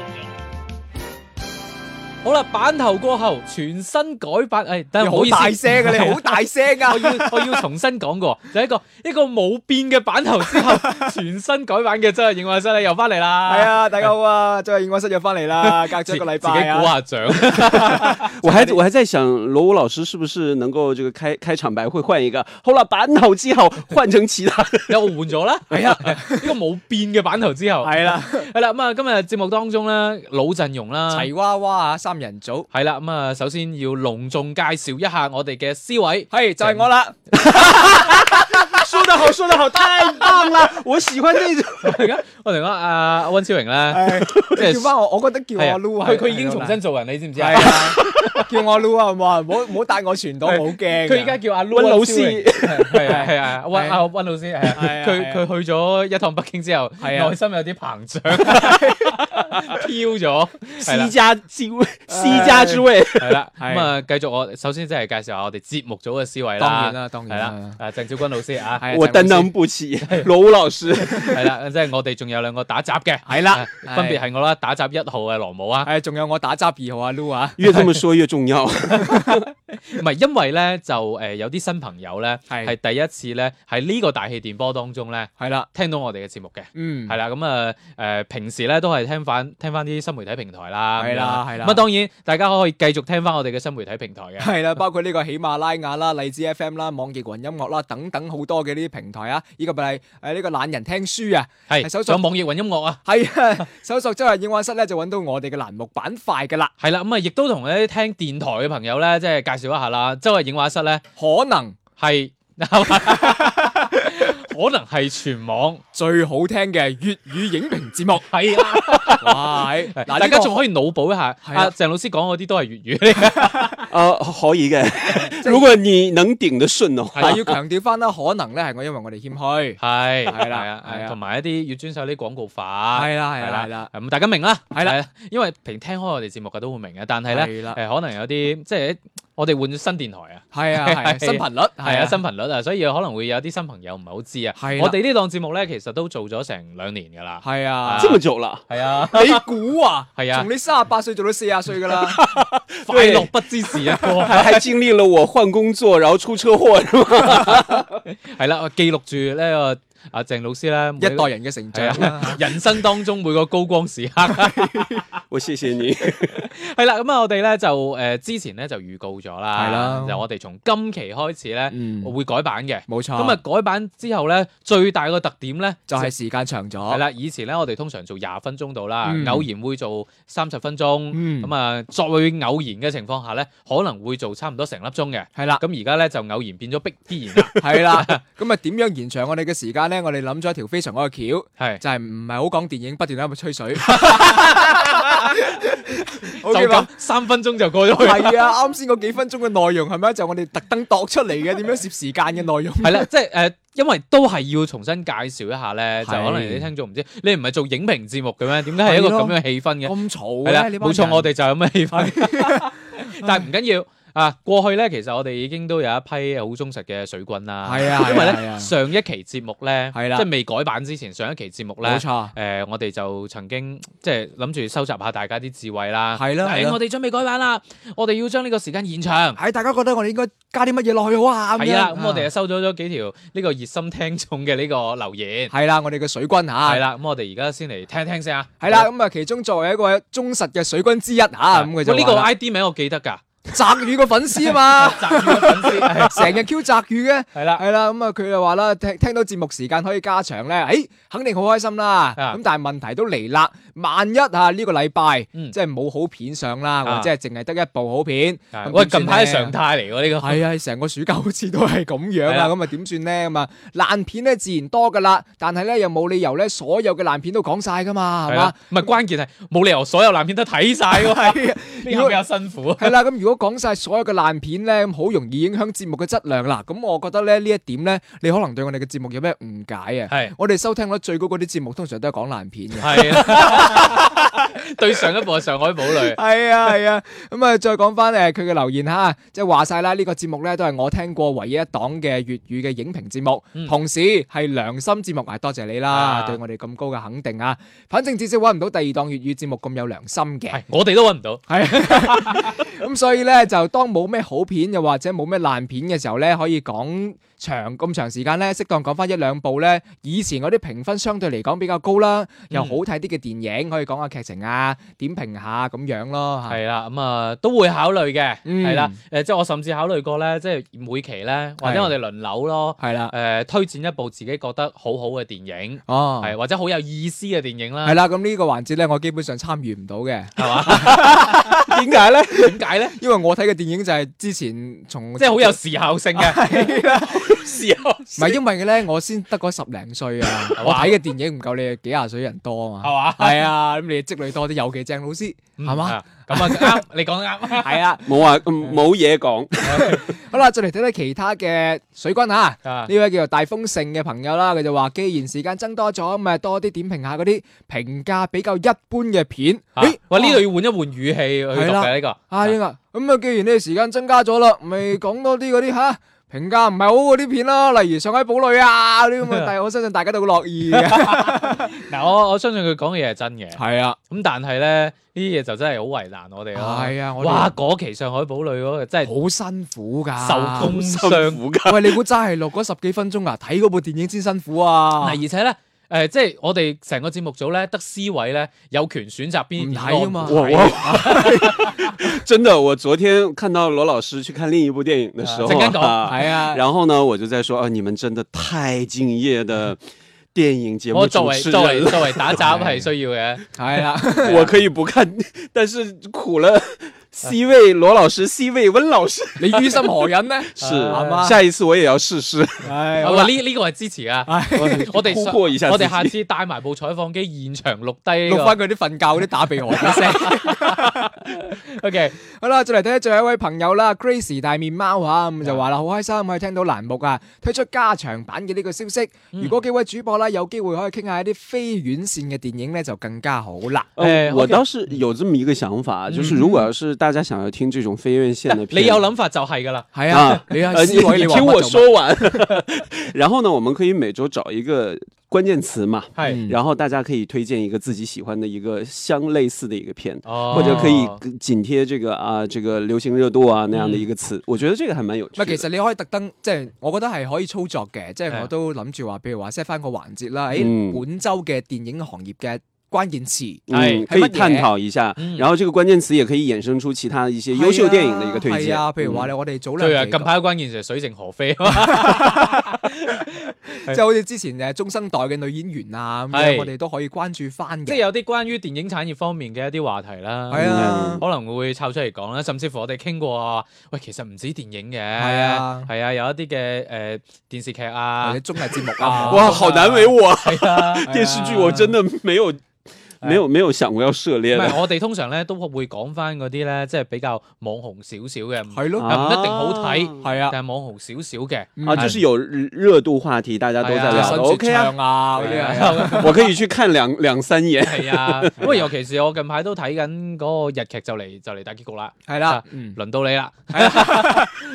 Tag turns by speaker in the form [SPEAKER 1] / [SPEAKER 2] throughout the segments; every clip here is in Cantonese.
[SPEAKER 1] 影。
[SPEAKER 2] 好啦，版頭過後，全新改版，诶、 但係唔好意
[SPEAKER 3] 好大
[SPEAKER 2] 思，
[SPEAKER 3] 聲 嘅，你好大聲啊
[SPEAKER 2] 我！ 要我要重新講過，就一個一個冇變嘅版頭之後，全新改版嘅真係影畫室咧又翻嚟啦。
[SPEAKER 3] 係，啊，大家好啊，再演我室又翻嚟 啦，隔咗一個禮
[SPEAKER 2] 自
[SPEAKER 3] 拜
[SPEAKER 2] 己估下
[SPEAKER 3] 啊。
[SPEAKER 2] 獎。
[SPEAKER 4] 我还我还在想，罗武老师是不是能够这个开开场白会换一个？好了，版頭之 後換成其他。
[SPEAKER 2] 有換咗啦，係啊，呢個冇變嘅版頭之後，
[SPEAKER 3] 係啦，
[SPEAKER 2] 係啦，咁啊，今日節目當中咧，老陣容啦，
[SPEAKER 3] 齊娃娃啊，三人組，
[SPEAKER 2] 係啦，咁啊，首先要隆重介紹一下我哋嘅 C 位，
[SPEAKER 3] 係就係 我啦。
[SPEAKER 4] 說得好，說得好，太棒了！我喜歡 這種。
[SPEAKER 2] 啊我哋講阿温超榮咧，
[SPEAKER 3] 唉
[SPEAKER 2] 即係
[SPEAKER 3] 你叫翻我，我覺得叫
[SPEAKER 2] 係啊
[SPEAKER 3] 我 Lu 啊
[SPEAKER 2] 佢佢已經重新做人，你知唔知
[SPEAKER 3] 係
[SPEAKER 2] 啊？
[SPEAKER 3] 啊，叫我 Lu 啊，好唔好啊？唔好唔好帶我傳到，我好驚啊。
[SPEAKER 2] 佢而家叫阿 Lu
[SPEAKER 4] 温老
[SPEAKER 2] 超榮
[SPEAKER 4] 師
[SPEAKER 2] 係啊係啊，温
[SPEAKER 3] 係啊
[SPEAKER 2] 阿温老師係啊
[SPEAKER 3] 係啊
[SPEAKER 2] 佢
[SPEAKER 3] 係啊
[SPEAKER 2] 佢去咗一趟北京之後，
[SPEAKER 3] 係啊
[SPEAKER 2] 內心有啲膨脹，飄咗，係啦
[SPEAKER 4] C 加之位，C
[SPEAKER 2] 哎
[SPEAKER 4] 加之位，
[SPEAKER 2] 係 啦，
[SPEAKER 3] 係
[SPEAKER 2] 咁啊繼續我首先即係介紹下我哋節目組嘅 C 位啦，À,
[SPEAKER 3] 當然啦，當
[SPEAKER 2] 係
[SPEAKER 3] 然
[SPEAKER 2] 啦
[SPEAKER 3] 啦，。
[SPEAKER 2] 啊鄭少君老師啊，
[SPEAKER 3] 係啊
[SPEAKER 4] 我擔。
[SPEAKER 3] 就係
[SPEAKER 4] 當不起。
[SPEAKER 2] 哎
[SPEAKER 4] 羅武老 師，
[SPEAKER 2] 係啦，即係我哋仲有兩個打雜嘅，À,
[SPEAKER 3] 係啦，
[SPEAKER 2] 分別係我啦，打雜一號嘅羅姆啊，
[SPEAKER 3] 係仲有我打雜二號啊 Lu 啊，
[SPEAKER 4] 越這麼說越重 要。
[SPEAKER 2] 唔係因為咧就誒有啲新朋友咧
[SPEAKER 3] 係
[SPEAKER 2] 係第一次咧喺呢個大氣電波當中咧
[SPEAKER 3] 係啦，
[SPEAKER 2] 聽到我哋嘅節目嘅。
[SPEAKER 3] 嗯
[SPEAKER 2] 係，啦，咁啊，誒平時咧都係聽翻聽翻啲新媒體平台啦，
[SPEAKER 3] 係啦
[SPEAKER 2] 咁樣
[SPEAKER 3] 係啦
[SPEAKER 2] 咁啊當然大家可以繼續聽翻我哋嘅新媒體平台嘅，
[SPEAKER 3] 係啦，包括呢個喜馬拉雅啦、荔枝 FM 啦、網易雲音樂啦等等好多嘅呢啲平台啊，以及係誒呢個懶人聽書啊， 係
[SPEAKER 2] 係
[SPEAKER 3] 搜
[SPEAKER 2] 仲
[SPEAKER 3] 索
[SPEAKER 2] 有網易雲音樂啊，
[SPEAKER 3] 係啊，搜索周日影畫室咧就揾到我哋嘅欄目板塊噶啦，
[SPEAKER 2] 係啦，咁啊亦都同一啲聽電台嘅朋友咧，即係介紹一下啦，周日影畫室咧
[SPEAKER 3] 可能
[SPEAKER 2] 係 可能係全網，
[SPEAKER 3] 最好聽嘅粵語影評節目
[SPEAKER 2] 係啦。
[SPEAKER 3] 哇！係
[SPEAKER 2] 係
[SPEAKER 3] 嗱，
[SPEAKER 2] 大
[SPEAKER 3] 呢個
[SPEAKER 2] 家仲可以腦補一下，
[SPEAKER 3] 係啊
[SPEAKER 2] 阿鄭老師講嗰啲都係粵語嚟嘅，
[SPEAKER 4] 呃，可以 嘅，如果你能頂得順的話，
[SPEAKER 3] 但係要強調翻啦，可能咧係我因為我哋謙虛，
[SPEAKER 2] 係
[SPEAKER 3] 係啦
[SPEAKER 2] 啊
[SPEAKER 3] 係啊
[SPEAKER 2] 同埋一啲要遵守啲廣告法，
[SPEAKER 3] 係啦
[SPEAKER 2] 係啦
[SPEAKER 3] 係啦係啦，
[SPEAKER 2] 咁大家明啦，
[SPEAKER 3] 係啦
[SPEAKER 2] 係，因為平聽開我哋節目嘅都會明嘅，但係咧
[SPEAKER 3] 係啦
[SPEAKER 2] 誒可能有啲即係我哋換咗新電台啊，
[SPEAKER 3] 係啊係啊新頻率
[SPEAKER 2] 係啊新頻率啊，所以可能會有啲新朋友唔係好知啊。
[SPEAKER 3] 係啦
[SPEAKER 2] 我哋呢檔節目咧，其實都做咗成兩年㗎啦，
[SPEAKER 3] 係啊
[SPEAKER 2] 啊。
[SPEAKER 4] 這麼久了，
[SPEAKER 2] 係啊，
[SPEAKER 3] 你估啊？
[SPEAKER 2] 係啊
[SPEAKER 3] 從你三十八歲做到四十歲噶啦，
[SPEAKER 2] 快樂不知時日 過，
[SPEAKER 4] 還還經歷了我換工作，然後出車禍，是嗎？
[SPEAKER 2] 係啦，我記錄住呢個阿鄭老師咧
[SPEAKER 3] 一代。人嘅成
[SPEAKER 2] 係
[SPEAKER 3] 長啦。
[SPEAKER 2] 啊， 人生當中每個高光時 刻。
[SPEAKER 4] 我謝謝 你。
[SPEAKER 2] 係啦，咁啊，我哋咧就誒、呃之前咧就預告咗啦，
[SPEAKER 3] 係啦
[SPEAKER 2] 就我哋從今期開始咧、
[SPEAKER 3] 嗯
[SPEAKER 2] 會改版嘅。
[SPEAKER 3] 冇錯。
[SPEAKER 2] 咁啊，改版之後咧，最大個特點咧
[SPEAKER 3] 就係時間長咗。
[SPEAKER 2] 係，啦，以前咧我哋通常做廿分鐘到啦，
[SPEAKER 3] 嗯
[SPEAKER 2] 偶然會做三十分鐘。
[SPEAKER 3] 嗯，
[SPEAKER 2] 咁啊，作為偶然嘅情況下咧，可能會做差唔多成粒鐘嘅。
[SPEAKER 3] 係啦，
[SPEAKER 2] 咁而家咧就偶然變咗必必然 啦，
[SPEAKER 3] 係啦。咁啊，點樣延長我哋嘅時間咧？我哋諗咗一條非常好嘅橋，
[SPEAKER 2] 係
[SPEAKER 3] 就係唔係好講電影，不斷喺度吹 水。
[SPEAKER 2] 就
[SPEAKER 3] OK
[SPEAKER 2] 咁
[SPEAKER 3] 嘛？
[SPEAKER 2] 三分鐘就過咗去啦。
[SPEAKER 3] 係啊，啱先嗰幾分鐘嘅內容係咪就係我哋特登度出嚟嘅？點樣攝時間嘅 內容？
[SPEAKER 2] 係啦，即係誒、呃因為都係要重新介紹一下咧，就
[SPEAKER 3] 係
[SPEAKER 2] 可能你啲聽眾唔知，你唔係做影評節目嘅咩？點解係一個
[SPEAKER 3] 係咯
[SPEAKER 2] 咁樣嘅氣氛嘅？
[SPEAKER 3] 咁嘈
[SPEAKER 2] 係啦，
[SPEAKER 3] 嘅呢班
[SPEAKER 2] 冇錯，
[SPEAKER 3] 人
[SPEAKER 2] 我哋就有咩氣氛， 但係唔緊要。啊，過去咧，其實我哋已經都有一批好忠實嘅水軍啦。
[SPEAKER 3] 係啊
[SPEAKER 2] 因為
[SPEAKER 3] 係啊係
[SPEAKER 2] 咧
[SPEAKER 3] 啊
[SPEAKER 2] 上一期節目咧，
[SPEAKER 3] 係啦
[SPEAKER 2] 即係未改版之前，上一期節目咧，
[SPEAKER 3] 冇
[SPEAKER 2] 誒、
[SPEAKER 3] 錯，
[SPEAKER 2] 我哋就曾經即係諗住收集下大家啲智慧啦。
[SPEAKER 3] 係啦
[SPEAKER 2] 誒
[SPEAKER 3] 係啦
[SPEAKER 2] 我哋準備改版啦，我哋要將呢個時間延長。
[SPEAKER 3] 唉，大家覺得我哋應該加啲乜嘢落去好啊？
[SPEAKER 2] 係啦，
[SPEAKER 3] 樣
[SPEAKER 2] 咁我哋就收咗咗幾條呢個熱心聽眾嘅呢個留言。
[SPEAKER 3] 係啦，我哋嘅水軍嚇
[SPEAKER 2] 係。啦，咁我哋而家先嚟聽聽先啊。
[SPEAKER 3] 係啊啦，，咁啊，其中作為一個忠實嘅水軍之一嚇，咁佢就
[SPEAKER 2] 喂呢個
[SPEAKER 3] 話啦
[SPEAKER 2] ID 名我記得㗎，
[SPEAKER 3] 澤宇個粉絲啊嘛，
[SPEAKER 2] 集嘅粉絲係
[SPEAKER 3] 成日 Q 澤宇嘅。
[SPEAKER 2] 係啦。
[SPEAKER 3] 係啦，咁啊佢就話啦，聽聽到節目時間可以加長咧，诶、肯定好開心啦。
[SPEAKER 2] 啊
[SPEAKER 3] 咁但係問題都嚟啦，萬一啊呢個禮拜、
[SPEAKER 2] 嗯
[SPEAKER 3] 即係冇好片上啦，
[SPEAKER 2] 啊
[SPEAKER 3] 或者係淨係得一部 好片，
[SPEAKER 2] 啊
[SPEAKER 3] 咁
[SPEAKER 2] 喂，
[SPEAKER 3] 點
[SPEAKER 2] 近排係常
[SPEAKER 3] 算呢
[SPEAKER 2] 態嚟喎呢個。
[SPEAKER 3] 係啊，成個暑假好似都係咁樣
[SPEAKER 2] 係啊
[SPEAKER 3] 啊，咁啊點算呢？咁啊爛片咧自然多噶啦，但係咧又冇理由咧所有嘅爛片都講晒噶嘛，
[SPEAKER 2] 係
[SPEAKER 3] 係嘛
[SPEAKER 2] 啦？，唔係關鍵係冇理由所有爛片都睇晒喎。
[SPEAKER 3] 係啊
[SPEAKER 2] 呢個比較辛 苦。
[SPEAKER 3] 系啦，咁如果講晒所有嘅爛片咧，咁好容易影響節目嘅質量啦。咁我覺得咧呢一點咧，你可能對我哋嘅節目有咩誤解啊？
[SPEAKER 2] 係
[SPEAKER 3] 我哋收聽率最高嗰啲節目，通常都係講爛片嘅。
[SPEAKER 2] 係啊 對上一部係上海堡壘，
[SPEAKER 3] 係啊係啊，咁啊再講翻誒佢嘅留言嚇，即係話晒啦，呢個節目咧都係我聽過唯一一檔嘅粵語嘅影評節目，
[SPEAKER 2] 嗯
[SPEAKER 3] 同時係良心節目，啊多謝你啦，
[SPEAKER 2] 啊
[SPEAKER 3] 對我哋咁高嘅肯定啊！反正至少揾唔到第二檔粵語節目咁有良心嘅。
[SPEAKER 2] 係我哋都揾唔到。
[SPEAKER 3] 系咁，所以咧就當冇咩好片又或者冇咩爛片嘅時候咧，可以講長咁長時間咧，適當講翻一兩部咧以前嗰啲評分相對嚟講比較高啦，
[SPEAKER 2] 嗯
[SPEAKER 3] 又好睇啲嘅電影，可以講下劇情啊，點評下咁樣咯
[SPEAKER 2] 係啦，咁啊都會考慮嘅，
[SPEAKER 3] 嗯
[SPEAKER 2] 係啦，誒即係我甚至考慮過咧，即係每期咧或
[SPEAKER 3] 係
[SPEAKER 2] 者我哋輪流咯，
[SPEAKER 3] 係啦，
[SPEAKER 2] 誒推薦一部自己覺得好好嘅電影，
[SPEAKER 3] 哦，
[SPEAKER 2] 係或者好有意思嘅電影啦，
[SPEAKER 3] 係啦，咁呢個環節咧，我基本上參與唔到嘅，
[SPEAKER 2] 係 嘛？
[SPEAKER 3] 點解咧？
[SPEAKER 2] 點解咧？
[SPEAKER 3] 因為我睇嘅電影就係之前從
[SPEAKER 2] 即係 好有時效性嘅， 時效
[SPEAKER 3] 唔係因為嘅咧，我先得嗰十零歲啊， 我睇嘅電影唔夠你哋幾廿歲人多啊嘛。
[SPEAKER 2] 係嘛？
[SPEAKER 3] 係啊，咁你積累多啲，尤其鄭老師係嘛？
[SPEAKER 2] 嗯？咁啊啱，你講得 啱。
[SPEAKER 3] 係啊，
[SPEAKER 4] 冇話嗯冇嘢講，
[SPEAKER 3] 好啦，再嚟睇睇其他嘅水軍啊。
[SPEAKER 2] 啊
[SPEAKER 3] 呢位叫做大豐盛嘅朋友啦，佢就話：既然時間增多咗，咁咪多啲點評下嗰啲評價比較一般嘅片。
[SPEAKER 2] 啊
[SPEAKER 3] 咦
[SPEAKER 2] 喂，呢度要換一換語氣去
[SPEAKER 3] 哦係
[SPEAKER 2] 讀
[SPEAKER 3] 啦
[SPEAKER 2] 嘅呢個。
[SPEAKER 3] 啊，英啊，咁啊，既然你哋時間增加咗啦，咪講多啲嗰啲吓評價唔係好嗰啲片啦，例如《上海堡壘》啊呢啲咁嘅，但係我相信大家都好樂意嘅。
[SPEAKER 2] 嗱，我我相信佢講嘅嘢係真嘅，
[SPEAKER 3] 係啊，
[SPEAKER 2] 咁但係咧呢啲嘢就真係好為難我哋咯。
[SPEAKER 3] 係啊，我
[SPEAKER 2] 哇！
[SPEAKER 3] 哋
[SPEAKER 2] 嗰期上海堡壘嗰個真係
[SPEAKER 3] 好辛苦啊㗎，
[SPEAKER 2] 受工
[SPEAKER 4] 辛
[SPEAKER 2] 傷。
[SPEAKER 4] 苦㗎。
[SPEAKER 3] 喂，你估齋係錄嗰十幾分鐘啊？睇嗰部電影先辛苦啊！
[SPEAKER 2] 嗱，而且咧，誒、即係我哋成個節目組咧，得 C 位咧有權選擇邊
[SPEAKER 3] 唔
[SPEAKER 2] 啲
[SPEAKER 3] 睇啊嘛
[SPEAKER 4] 我我 真的，我昨天看到罗老师去看另一部电影的时候
[SPEAKER 2] 啊正干搞
[SPEAKER 4] 啊，
[SPEAKER 3] 係啊，
[SPEAKER 4] 然后呢，我就在说啊，你们真的太敬业的电影节目
[SPEAKER 2] 我作
[SPEAKER 4] 主
[SPEAKER 2] 為
[SPEAKER 4] 持
[SPEAKER 2] 作為
[SPEAKER 4] 人了。
[SPEAKER 2] 作為打雜 係需要嘅，
[SPEAKER 3] 係啊啦。
[SPEAKER 4] 我可以不看，但是苦了 C 位罗老师、C 位温老师，
[SPEAKER 3] 你於心何忍呢？
[SPEAKER 4] 是
[SPEAKER 2] 好
[SPEAKER 3] 哎吧
[SPEAKER 4] 下一次我也要试试，
[SPEAKER 3] 唉哎
[SPEAKER 2] 我話呢呢個係支持啊！我哋
[SPEAKER 4] 突破一下
[SPEAKER 2] 我
[SPEAKER 4] 自
[SPEAKER 2] 哋下
[SPEAKER 4] 己。
[SPEAKER 2] 次帶埋部採訪機現場錄低
[SPEAKER 3] 錄
[SPEAKER 2] 呢
[SPEAKER 3] 翻佢啲瞓覺嗰啲打鼻鼾嘅聲。
[SPEAKER 2] 個 OK，
[SPEAKER 3] 好啦，再嚟睇下最後一位朋友啦，Grace 大面貓嚇咁就話啦，好開心可以聽到欄目啊，推出加長版嘅呢個消息。如果幾位主播啦有機會可以傾下一啲非院線嘅電影咧，就更加好啦。
[SPEAKER 2] 哎
[SPEAKER 4] 呃，我
[SPEAKER 2] OK
[SPEAKER 4] 倒是有这么一个想法，就是如果要是大家想要听这种非院线 的
[SPEAKER 2] 你
[SPEAKER 4] 片，
[SPEAKER 2] 有諗法就係㗎啦。
[SPEAKER 3] 係啊，你啊，
[SPEAKER 4] 呃，
[SPEAKER 3] 思維
[SPEAKER 4] 你
[SPEAKER 3] 你話
[SPEAKER 4] 听
[SPEAKER 3] 乜
[SPEAKER 4] 我
[SPEAKER 3] 就乜，
[SPEAKER 4] 说完， 然后呢，我们可以每周找一个关键词嘛，
[SPEAKER 2] 係，
[SPEAKER 3] 嗯
[SPEAKER 4] 然后大家可以推荐一个自己喜欢的一个相类似的一个片，
[SPEAKER 2] 哦
[SPEAKER 4] 或者可以跟紧贴这个啊这个流行热度啊那
[SPEAKER 3] 嗯
[SPEAKER 4] 样的一个词，我觉得这个还蛮有
[SPEAKER 3] 唔
[SPEAKER 4] 趣
[SPEAKER 3] 係，其
[SPEAKER 4] 的。
[SPEAKER 3] 實你可以特登，即係我覺得係可以操作嘅，即係
[SPEAKER 2] 係
[SPEAKER 3] 我
[SPEAKER 2] 啊
[SPEAKER 3] 都諗住話，譬如話 set 翻個環節啦，
[SPEAKER 4] 嗯
[SPEAKER 3] 誒，本周嘅電影行業嘅關鍵詞。
[SPEAKER 2] 哎
[SPEAKER 4] 嗯，可以探讨一下
[SPEAKER 2] 嗯，
[SPEAKER 4] 然后这个关键词也可以衍生出其他一些优
[SPEAKER 3] 哎
[SPEAKER 4] 秀电影的一个推
[SPEAKER 3] 係
[SPEAKER 4] 荐。
[SPEAKER 3] 啊，譬如話
[SPEAKER 4] 嗯
[SPEAKER 3] 咧，我哋早兩
[SPEAKER 2] 對啊，
[SPEAKER 3] 期
[SPEAKER 2] 近排關鍵就係水靜河飛啊嘛，
[SPEAKER 3] 即係好似之前誒中生代嘅女演員啊，咁樣
[SPEAKER 2] 係
[SPEAKER 3] 我哋都可以關注翻
[SPEAKER 2] 即係
[SPEAKER 3] 嘅。
[SPEAKER 2] 有啲關於電影產業方面嘅一啲話題啦。
[SPEAKER 3] 係啊，
[SPEAKER 2] 可能會抄出嚟講啦，甚至乎我哋傾過啊，喂，其實唔止電影嘅，係
[SPEAKER 3] 啊
[SPEAKER 2] 係啊，有一啲嘅誒電視劇
[SPEAKER 3] 或
[SPEAKER 2] 啊
[SPEAKER 4] 嗯
[SPEAKER 3] 者，綜藝節目啊，
[SPEAKER 4] 哇，好难为我啊！
[SPEAKER 2] 係啊，
[SPEAKER 3] 哎
[SPEAKER 2] 唔
[SPEAKER 4] 电视剧我真的没有没有没有想过要涉猎的。
[SPEAKER 2] 係我哋通常咧都會講翻嗰啲咧，即係比較網紅少少嘅，唔
[SPEAKER 3] 係咯，
[SPEAKER 2] 唔
[SPEAKER 4] 啊
[SPEAKER 2] 一定好睇，
[SPEAKER 3] 係啊，
[SPEAKER 2] 但係網紅少少嘅，
[SPEAKER 3] 嗯
[SPEAKER 4] 啊，就是有热度话题，大家都在
[SPEAKER 2] 哎呀
[SPEAKER 4] 聊
[SPEAKER 3] 新
[SPEAKER 4] 的。
[SPEAKER 3] 說
[SPEAKER 4] OK 啊，
[SPEAKER 3] 唱啊嗰啲啊，
[SPEAKER 2] 係啊
[SPEAKER 4] 我可以去看两两三眼。
[SPEAKER 2] 係啊，因為尤其是我近排都睇緊嗰個日劇就嚟就嚟大結局啦，
[SPEAKER 3] 係啦
[SPEAKER 2] 啊，
[SPEAKER 3] 嗯
[SPEAKER 2] 輪到你啦，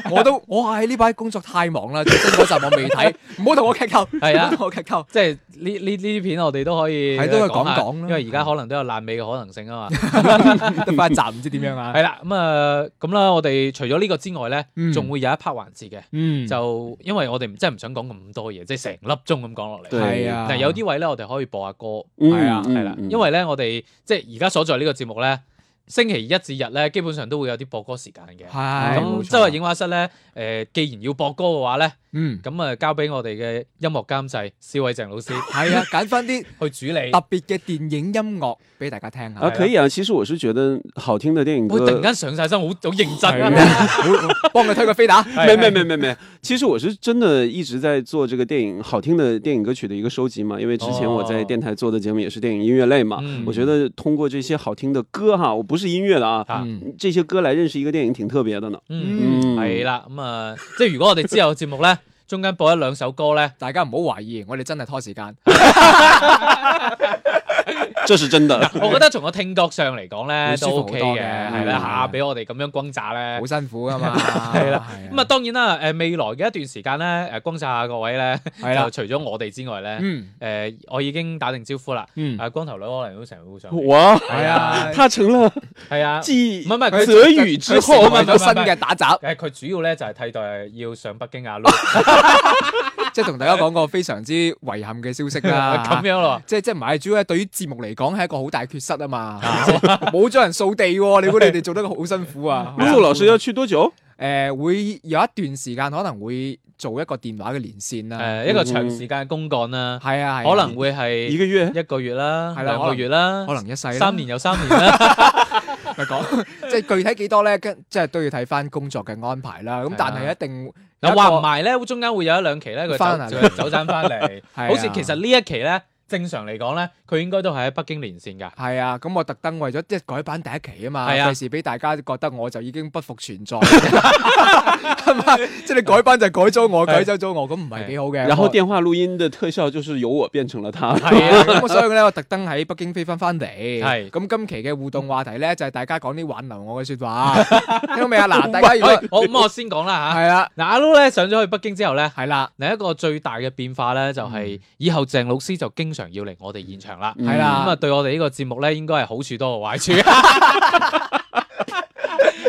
[SPEAKER 3] 我都我係呢排工作太忙啦，最新嗰集我未 睇，唔好同我劇透，
[SPEAKER 2] 係
[SPEAKER 3] 唔
[SPEAKER 2] 啊
[SPEAKER 3] 好同我劇透。
[SPEAKER 2] 即係呢呢呢啲片我哋都可以
[SPEAKER 3] 係都可以
[SPEAKER 2] 講下
[SPEAKER 3] 講講啦
[SPEAKER 2] 因為而家可能都有爛尾嘅可能性啊嘛。
[SPEAKER 3] 得翻集唔知點樣啊
[SPEAKER 2] 系。啦，咁啊，咁啦，我哋除咗呢個之外咧
[SPEAKER 3] 嗯，
[SPEAKER 2] 仲會有一 part 環節嘅，
[SPEAKER 3] 嗯，
[SPEAKER 2] 就因為我哋唔真係唔想講咁多嘢，即係成粒鐘咁講落嚟。
[SPEAKER 4] 對
[SPEAKER 3] 係啊，
[SPEAKER 2] 但係有啲位咧，我哋可以播下歌，
[SPEAKER 4] 嗯
[SPEAKER 3] 哎呀
[SPEAKER 4] 嗯
[SPEAKER 2] 係啦，
[SPEAKER 4] 嗯
[SPEAKER 2] 因為咧，我哋即係而家所在呢個節目咧，星期一至日咧，基本上都會有啲播歌時間嘅。咁
[SPEAKER 3] 係冇錯
[SPEAKER 2] 周日影畫室咧，誒，既然要播歌嘅話咧，
[SPEAKER 3] 嗯，
[SPEAKER 2] 咁啊交俾我哋嘅音樂監製肖偉鄭老 師
[SPEAKER 3] 係啊，揀翻啲
[SPEAKER 2] 去主理。
[SPEAKER 3] 特別嘅電影音樂俾大家聽 下。
[SPEAKER 4] 啊，可以啊。其实我是觉得好听的电影
[SPEAKER 2] 我突然
[SPEAKER 4] 歌，
[SPEAKER 2] 間上晒身，好好認
[SPEAKER 3] 係
[SPEAKER 2] 真。
[SPEAKER 3] 啊 好幫佢推個啊飛打。
[SPEAKER 2] 哎
[SPEAKER 4] 没没没没没。其实我是真的一直在做这个电影好听的电影歌曲的一个收集嘛，因为之前我在
[SPEAKER 2] 哦
[SPEAKER 4] 电台做的节目也是电影音乐类嘛。
[SPEAKER 2] 嗯
[SPEAKER 4] 我觉得通过这些好听的歌哈，我不是音乐的啊，
[SPEAKER 2] 啊
[SPEAKER 3] 嗯
[SPEAKER 4] 这些歌来认识一个电影挺特别的呢。
[SPEAKER 2] 嗯，
[SPEAKER 4] 嗯
[SPEAKER 2] 係啦，咁啊，即係如果我哋之後嘅節目咧， 中間播一兩首歌咧，
[SPEAKER 3] 大家唔好懷疑，我哋真係拖時間。
[SPEAKER 4] 这是 真的。
[SPEAKER 2] 我覺得從個聽覺上嚟講咧
[SPEAKER 3] 會
[SPEAKER 2] 都
[SPEAKER 3] 舒服好
[SPEAKER 2] OK
[SPEAKER 3] 多
[SPEAKER 2] 嘅，
[SPEAKER 3] 嘅嗯
[SPEAKER 2] 係
[SPEAKER 4] 係
[SPEAKER 2] 啦
[SPEAKER 4] 啦
[SPEAKER 2] 下俾我哋咁樣轟炸咧
[SPEAKER 3] 好。辛苦噶嘛，
[SPEAKER 2] 係啦
[SPEAKER 3] 係
[SPEAKER 2] 咁啊，，當然啦，誒未來嘅一段時間咧，誒轟炸下各位咧，
[SPEAKER 3] 係啦
[SPEAKER 2] 就，除咗我哋之外咧，誒、
[SPEAKER 3] 嗯
[SPEAKER 2] 我已經打定招呼啦。
[SPEAKER 3] 嗯，
[SPEAKER 2] 誒光頭佬可能都成日會上嚟，
[SPEAKER 4] 哇，
[SPEAKER 3] 係啊，
[SPEAKER 4] 他成了
[SPEAKER 2] 係啊，
[SPEAKER 4] 继
[SPEAKER 2] 唔係唔係佢
[SPEAKER 4] 泽宇
[SPEAKER 2] 啊
[SPEAKER 4] 之后
[SPEAKER 3] 佢成為咗新嘅打雜，
[SPEAKER 2] 誒佢主要咧就係替代要上北京亞路
[SPEAKER 3] 即係同大家講個非常之遺憾嘅消息 啦。
[SPEAKER 2] 啊 咁樣咯。
[SPEAKER 3] 即係即係唔係，主要係對於節目嚟講係一個好大缺 失啊嘛，即係冇咗人掃地喎，你估你哋做得好辛苦啊？
[SPEAKER 4] 陆老师要去多久？
[SPEAKER 3] 誒會有一段時間可能會做一個電話嘅連線
[SPEAKER 2] 誒、
[SPEAKER 3] 啦，
[SPEAKER 2] 一個長時間嘅公幹啦，
[SPEAKER 3] 係啊，係啊
[SPEAKER 2] 可能會係
[SPEAKER 4] 一个月？
[SPEAKER 2] 一個月啦，
[SPEAKER 3] 係啦
[SPEAKER 2] 兩個月啦，
[SPEAKER 3] 可能一世啦
[SPEAKER 2] 三年有三年啦。
[SPEAKER 3] 咪講， 即係具體幾多咧？跟即係都要睇翻工作嘅安排啦。咁
[SPEAKER 2] 係啊
[SPEAKER 3] 但係一定有一
[SPEAKER 2] 嗱，
[SPEAKER 3] 個
[SPEAKER 2] 話唔埋咧，中間會有一兩期咧，佢
[SPEAKER 3] 翻嚟啊
[SPEAKER 2] 走走山翻嚟，
[SPEAKER 3] 係啊
[SPEAKER 2] 好似其實呢一期咧，正常嚟講咧，佢應該都係喺北京連線㗎。
[SPEAKER 3] 係啊，咁我特登為咗即係改版第一期啊嘛，
[SPEAKER 2] 係啊
[SPEAKER 3] 費事俾大家覺得我就已經不復存在， 係嘛？即係你改版就改咗我，改走咗我，咁唔係幾好
[SPEAKER 2] 哎
[SPEAKER 3] 嘅。
[SPEAKER 4] 然后
[SPEAKER 3] 我
[SPEAKER 4] 电话录音的特效就是由我变成了他。
[SPEAKER 2] 係啊，
[SPEAKER 3] 咁所以咧，我特登喺北京飛翻翻嚟。
[SPEAKER 2] 係
[SPEAKER 3] 咁今期嘅互動話題咧，就係大家講啲挽留我嘅說 話，聽到未啊？嗱，大家如果
[SPEAKER 2] 喂我咁我先講啦嚇。
[SPEAKER 3] 係啊啦，
[SPEAKER 2] 嗱，阿 Lu 咧上咗去北京之後咧，
[SPEAKER 3] 係啦，嗯
[SPEAKER 2] 另一個最大嘅變化咧，就係以後鄭老師就經常要嚟我哋現場啦。
[SPEAKER 3] 係
[SPEAKER 2] 咁
[SPEAKER 3] 啦
[SPEAKER 2] 啊，對我哋呢個節目咧，應該係好處多過壞 處。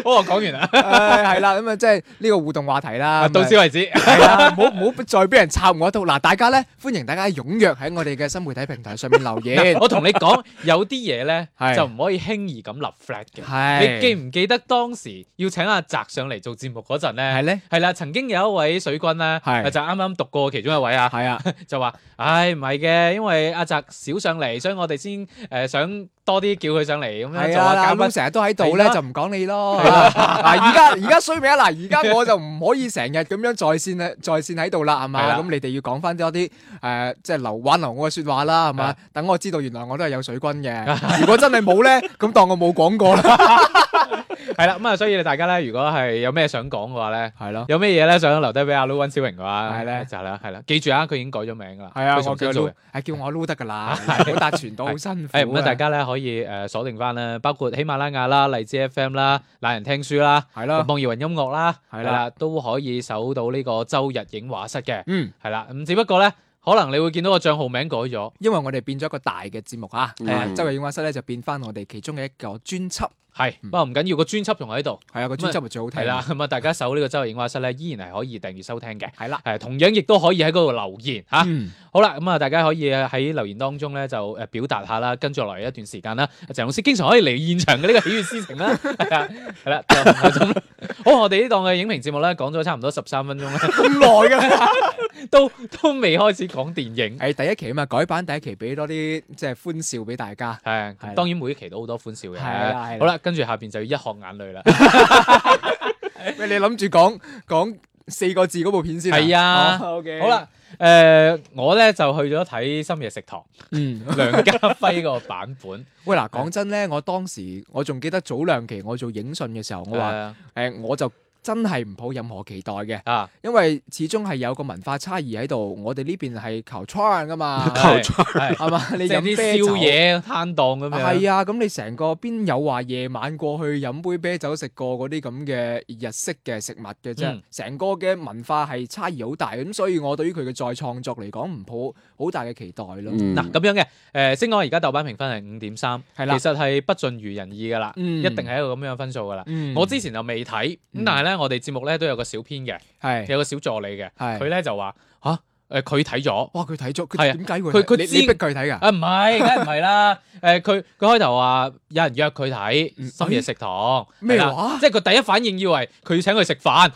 [SPEAKER 2] 好，我講完啦，
[SPEAKER 3] 唉係啦，咁啊，即係呢個互動話題啦。啊
[SPEAKER 2] 到此為止。
[SPEAKER 3] 系啦，唔好唔好再俾人插我度。嗱，大家咧歡迎大家踴躍喺我哋嘅新媒體平台上面留 言
[SPEAKER 2] 嗱，。我同你講，有啲嘢咧
[SPEAKER 3] 係
[SPEAKER 2] 就唔可以輕易咁立 flat 嘅。
[SPEAKER 3] 係
[SPEAKER 2] 你記唔記得當時要請阿澤上嚟做節目嗰陣咧？
[SPEAKER 3] 係咧？
[SPEAKER 2] 係啦，曾經有一位水軍咧，
[SPEAKER 3] 係
[SPEAKER 2] 就啱啱讀過其中一位啊，
[SPEAKER 3] 係啊，
[SPEAKER 2] 就話：，唉，唔係嘅，因為阿澤少上嚟，所以我哋先誒想多啲叫佢上嚟咁樣
[SPEAKER 3] 係
[SPEAKER 2] 做
[SPEAKER 3] 啊，
[SPEAKER 2] 下
[SPEAKER 3] 阿
[SPEAKER 2] 嘉
[SPEAKER 3] Lu
[SPEAKER 2] 賓。
[SPEAKER 3] 成日都喺度咧，
[SPEAKER 2] 係啦
[SPEAKER 3] 就唔講你咯。嗱，而家而家衰名啦，嗱，而家我就唔可以成日咁樣在線咧，在線喺度啦，係
[SPEAKER 2] 係啦
[SPEAKER 3] 嘛？咁你哋要講翻多啲誒，即係留挽留我嘅説話啦，係嘛
[SPEAKER 2] 啊？
[SPEAKER 3] 等我知道原來我都係有水軍嘅。如果真係冇咧， 咁當我冇講 過啦。
[SPEAKER 2] 係啦，咁啊，所以大家咧，如果係有咩想講嘅話咧，
[SPEAKER 3] 係咯，
[SPEAKER 2] 有咩嘢咧想留低俾阿 Lu 温小榮嘅話，
[SPEAKER 3] 係咧
[SPEAKER 2] 就係啦，係啦，記住啊，佢已經改咗名㗎啦，
[SPEAKER 3] 係啊，
[SPEAKER 2] 佢
[SPEAKER 3] 我
[SPEAKER 2] 重新
[SPEAKER 3] 叫
[SPEAKER 2] 做
[SPEAKER 3] Lu，
[SPEAKER 2] 嘅。
[SPEAKER 3] 係叫我 Lu 得㗎 啦，唔好搭傳到好辛苦
[SPEAKER 2] 誒咁啊，
[SPEAKER 3] 啊。
[SPEAKER 2] 大家咧可以誒鎖定翻啦，包括喜馬拉雅啦、荔枝 FM 啦、懶人聽書啦。
[SPEAKER 3] 係啦，
[SPEAKER 2] 網易雲音樂啦，係
[SPEAKER 3] 係啦
[SPEAKER 2] 啦，都可以搜到呢個周日影畫室嘅，
[SPEAKER 3] 嗯。
[SPEAKER 2] 係啦。咁只不過咧，可能你會見到個帳號名改咗，
[SPEAKER 3] 因為我哋變咗一個大嘅節目啊，
[SPEAKER 4] 嗯
[SPEAKER 3] 係啊周日影畫室咧就變翻我哋其中嘅一個專輯，
[SPEAKER 2] 係，不
[SPEAKER 3] 嗯
[SPEAKER 2] 過唔緊要，個專輯仲喺度，
[SPEAKER 3] 係啊個專輯咪最好聽，
[SPEAKER 2] 係啦。，咁啊，大家搜呢個周日影畫室咧，依然係可以訂閱收聽嘅。
[SPEAKER 3] 係啦，
[SPEAKER 2] 誒，同樣亦都可以喺嗰度留言嚇。
[SPEAKER 3] 嗯，
[SPEAKER 2] 好啦，咁啊，大家可以喺留言當中咧就誒表達下啦。跟住落嚟一段時間啦，鄭老師經常可以嚟現場嘅呢個喜悅之 情啦，係啊，係啦。就係咁啦好，我哋呢檔嘅影評節目咧講咗差唔多十三分鐘 啦，
[SPEAKER 3] 咁耐㗎，
[SPEAKER 2] 都都未開始講電影。
[SPEAKER 3] 誒第一期啊嘛，改版第一期俾多啲即係歡笑俾大家，
[SPEAKER 2] 系，咁
[SPEAKER 3] 啦
[SPEAKER 2] 當然每一期都好多歡笑嘅。
[SPEAKER 3] 係啦係啦
[SPEAKER 2] 啊好啦，跟住下边就要一殼眼淚啦。
[SPEAKER 3] 喂你諗住講講四個字嗰部片先，
[SPEAKER 2] 係啊
[SPEAKER 3] 哦，OK，
[SPEAKER 2] 好，啦，诶，我咧就去咗睇《深夜食 堂
[SPEAKER 3] 嗯》，
[SPEAKER 2] 梁家輝個版本。
[SPEAKER 3] 喂嗱，講真咧，我當時我仲記得早兩期我做影訊嘅時候，我話
[SPEAKER 2] 誒
[SPEAKER 3] 誒我就。真係唔抱任何期待嘅，
[SPEAKER 2] 啊，
[SPEAKER 3] 因為始終係有個文化差異喺度。我哋呢邊係求窗噶 嘛，
[SPEAKER 2] 哎
[SPEAKER 4] 靠
[SPEAKER 2] 係
[SPEAKER 3] 係嘛？ 你
[SPEAKER 2] 啊即係
[SPEAKER 3] 飲啤
[SPEAKER 2] 啲
[SPEAKER 3] 酒
[SPEAKER 2] 宵夜攤檔咁樣。
[SPEAKER 3] 係啊，咁你成個邊有話夜晚過去飲杯啤酒食過嗰啲咁嘅日式嘅食物嘅
[SPEAKER 2] 嗯
[SPEAKER 3] 啫，成、個嘅文化係差異好大，咁所以我對於佢嘅再創作嚟講唔抱好大嘅期待咯。
[SPEAKER 4] 嗯
[SPEAKER 2] 嗱咁樣嘅，誒星港而家豆瓣評分係五點三，其
[SPEAKER 3] 嗯係啦
[SPEAKER 2] 實係不盡如人意噶啦，
[SPEAKER 3] 嗯
[SPEAKER 2] 一定係一個咁樣嘅分數噶啦。
[SPEAKER 3] 嗯
[SPEAKER 2] 我之前就未睇，咁
[SPEAKER 3] 嗯
[SPEAKER 2] 但係咧，我哋節目咧都有個小編嘅，
[SPEAKER 3] 係
[SPEAKER 2] 有個小助理嘅，
[SPEAKER 3] 係哦
[SPEAKER 2] 佢咧就話吓，誒佢睇咗。
[SPEAKER 3] 哇！佢睇
[SPEAKER 2] 係
[SPEAKER 3] 咗，佢
[SPEAKER 2] 啊
[SPEAKER 3] 點解會
[SPEAKER 2] 佢
[SPEAKER 3] 睇？
[SPEAKER 2] 佢
[SPEAKER 3] 你
[SPEAKER 2] 知
[SPEAKER 3] 你逼佢睇㗎？
[SPEAKER 2] 啊，唔係，梗係唔係啦。誒，佢佢開頭話有人約佢睇
[SPEAKER 3] 嗯
[SPEAKER 2] 深夜食堂，
[SPEAKER 3] 咩
[SPEAKER 2] 係啦
[SPEAKER 3] 話
[SPEAKER 2] 即係佢第一反應以為佢要請佢食飯，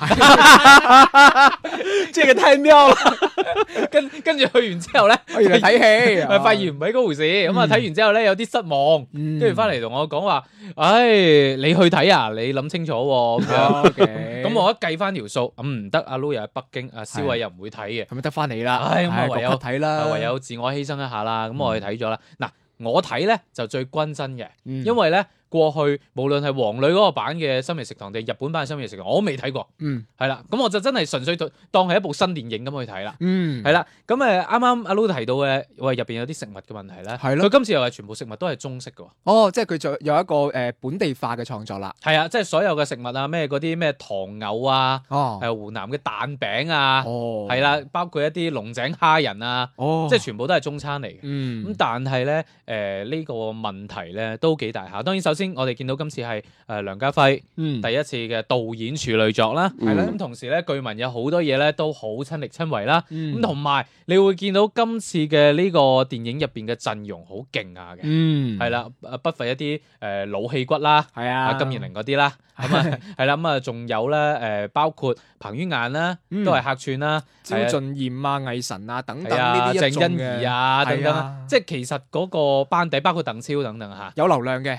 [SPEAKER 4] 这个太妙了，
[SPEAKER 2] 跟跟住去完之後咧，
[SPEAKER 3] 我哦 原來睇戲，啊嗯
[SPEAKER 2] 誒發現唔係嗰回事。咁啊睇完之後咧有啲失望，
[SPEAKER 3] 跟
[SPEAKER 2] 跟住翻嚟同我講話，唉，你去睇啊，你諗清楚喎咁
[SPEAKER 3] 啊
[SPEAKER 2] 樣。
[SPEAKER 3] Ờ, 嚟
[SPEAKER 2] 咁我一計翻條數，嗯唔得，阿 Lu 又喺北京，阿蕭偉又唔會睇嘅。
[SPEAKER 3] 咁咪得翻你啦，
[SPEAKER 2] 唉咁啊
[SPEAKER 3] 唉
[SPEAKER 2] 唯
[SPEAKER 3] 個
[SPEAKER 2] 有
[SPEAKER 3] 筆睇啦，
[SPEAKER 2] 啊唯有自我犧牲一下啦。咁我去睇咗啦。嗱、我睇咧就最均真嘅，
[SPEAKER 3] 嗯，
[SPEAKER 2] 因為咧過去無論係黃磊嗰個版嘅《深夜食堂》定係日本版嘅《深夜食堂》，我都未睇過，
[SPEAKER 3] 嗯
[SPEAKER 2] 係啦。咁我就真係純粹當當係一部新電影咁去睇啦。
[SPEAKER 3] 嗯
[SPEAKER 2] 係啦，咁誒啱啱阿 Lu 提到嘅，喂入邊有啲食物嘅問題咧，
[SPEAKER 3] 係咯
[SPEAKER 2] 佢今次又係全部食物都係中式嘅喎，
[SPEAKER 3] 哦，即係佢就有一個誒本地化嘅創作啦，
[SPEAKER 2] 係啊，即係所有嘅食物啊，咩嗰啲咩糖藕啊，
[SPEAKER 3] 哦
[SPEAKER 2] 誒湖南嘅蛋餅啊，
[SPEAKER 3] 哦
[SPEAKER 2] 係啦，包括一啲龍井蝦仁啊，
[SPEAKER 3] 哦，
[SPEAKER 2] 即係全部都係中餐嚟嘅。咁、
[SPEAKER 3] 嗯
[SPEAKER 2] 但係咧，誒、呢、個問題咧都幾大下。當然，首先我哋見到今次係誒、梁家輝
[SPEAKER 3] 嗯
[SPEAKER 2] 第一次嘅導演處女作啦，
[SPEAKER 4] 係啦
[SPEAKER 2] 咁、同時咧，據聞有好多嘢咧都好親力親為啦。咁
[SPEAKER 3] 咁
[SPEAKER 2] 同埋你會見到今次嘅呢個電影入邊嘅陣容好勁啊嘅，
[SPEAKER 3] 嗯
[SPEAKER 2] 係啦、誒不乏一啲誒、老戲骨啦。
[SPEAKER 3] 係
[SPEAKER 2] 啊，
[SPEAKER 3] 啊，
[SPEAKER 2] 金燕玲嗰啲 啦，咁啊係啦，咁啊仲有咧，誒包括彭于晏啦，
[SPEAKER 3] 嗯
[SPEAKER 2] 都係客串啦，
[SPEAKER 3] 焦
[SPEAKER 2] 係啊
[SPEAKER 3] 俊賢啊、魏晨啊等等
[SPEAKER 2] 係
[SPEAKER 3] 呢
[SPEAKER 2] 啊，鄭
[SPEAKER 3] 啲一眾
[SPEAKER 2] 欣宜
[SPEAKER 3] 嘅
[SPEAKER 2] 啊等等
[SPEAKER 3] 係
[SPEAKER 2] 啦
[SPEAKER 3] 啊，
[SPEAKER 2] 即係其實嗰個班底包括鄧超等等嚇，
[SPEAKER 3] 有流量嘅，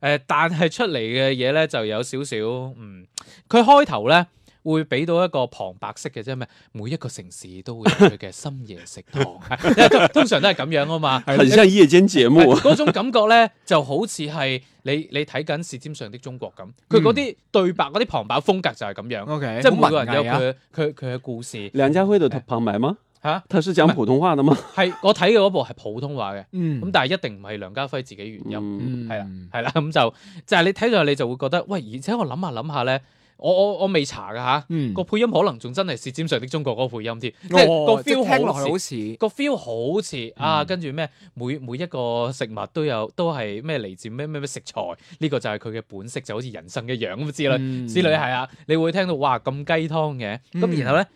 [SPEAKER 2] 誒但係出嚟嘅嘢咧就有少少嗯，佢開頭咧。會俾到一個旁白式嘅啫咩？每一個城市都會有佢嘅深夜食 堂，因為通通常都係咁樣啊嘛。
[SPEAKER 4] 很像夜间节
[SPEAKER 3] 啊
[SPEAKER 4] 目。
[SPEAKER 2] 嗰種感覺咧，就好似係你你睇緊《舌尖上的中國》咁，佢嗰啲對白嗰啲旁白風格就係咁樣，
[SPEAKER 3] ，OK，
[SPEAKER 2] 即係
[SPEAKER 3] 好
[SPEAKER 2] 每個
[SPEAKER 3] 文
[SPEAKER 2] 人有
[SPEAKER 3] 藝啊
[SPEAKER 2] 佢佢佢嘅故事
[SPEAKER 4] 梁家辉
[SPEAKER 2] 哎
[SPEAKER 4] 的旁白嗎？
[SPEAKER 2] 嚇。
[SPEAKER 4] 他是讲普通话的嗎？
[SPEAKER 2] 係我睇嘅嗰部係普通話嘅，
[SPEAKER 3] 嗯
[SPEAKER 2] 咁但係一定唔係梁家輝自己原音，
[SPEAKER 3] Ừ.
[SPEAKER 4] 嗯，
[SPEAKER 2] 係啦係啦，咁就就係你睇到你就會覺得，喂，而且我諗下諗下咧，我我我未查㗎吓，
[SPEAKER 3] 嗯
[SPEAKER 2] 個配音可能仲真係《舌尖上的中國》嗰個配音添，即係個
[SPEAKER 3] 哦即
[SPEAKER 2] feel
[SPEAKER 3] 係聽落
[SPEAKER 2] 好
[SPEAKER 3] 去
[SPEAKER 2] 似
[SPEAKER 3] 好似嗯
[SPEAKER 2] 個 feel 好似啊，跟住咩每每一個食物都有都係咩嚟自咩咩咩食材，呢、個就係佢嘅本色，就好似人生一樣咁之類、
[SPEAKER 3] 嗯
[SPEAKER 2] 之類係啊，你會聽到哇咁雞湯嘅，咁、
[SPEAKER 3] 嗯
[SPEAKER 2] 然後咧。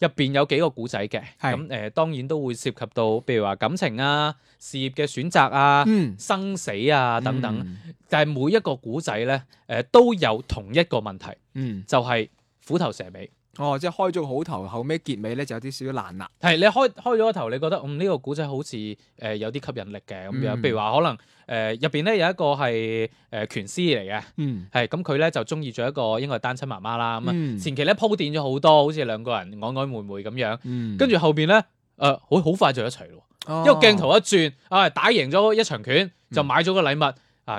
[SPEAKER 2] 入邊有幾個古仔嘅，
[SPEAKER 3] 係
[SPEAKER 2] 咁誒、呃、當然都會涉及到，譬如話感情啊、事業嘅選擇啊、
[SPEAKER 3] 嗯
[SPEAKER 2] 生死啊等等。
[SPEAKER 3] 嗯
[SPEAKER 2] 但係每一個古仔咧，誒、都有同一個問題，
[SPEAKER 3] 嗯，
[SPEAKER 2] 就係、虎頭蛇尾。
[SPEAKER 3] 哦，即係開咗個好頭，後尾結尾咧就有啲少少難啦，
[SPEAKER 2] 係你開開咗個頭，你覺得嗯呢、個古仔好似誒、呃有啲吸引力嘅咁樣，
[SPEAKER 3] 嗯
[SPEAKER 2] 譬如話可能呃誒入邊咧有一個係誒、呃、拳師嚟嘅，
[SPEAKER 3] 嗯
[SPEAKER 2] 係咁佢咧就中意咗一個應該係單親媽媽啦，咁啊、
[SPEAKER 3] 嗯
[SPEAKER 2] 前期咧鋪墊咗好多，好似兩個人曖曖昧昧咁樣，
[SPEAKER 3] 嗯哦
[SPEAKER 2] 跟住後邊咧誒好好快就一齊咯，因為鏡頭一轉啊打贏咗一場拳
[SPEAKER 3] 嗯
[SPEAKER 2] 就買咗個禮物、啊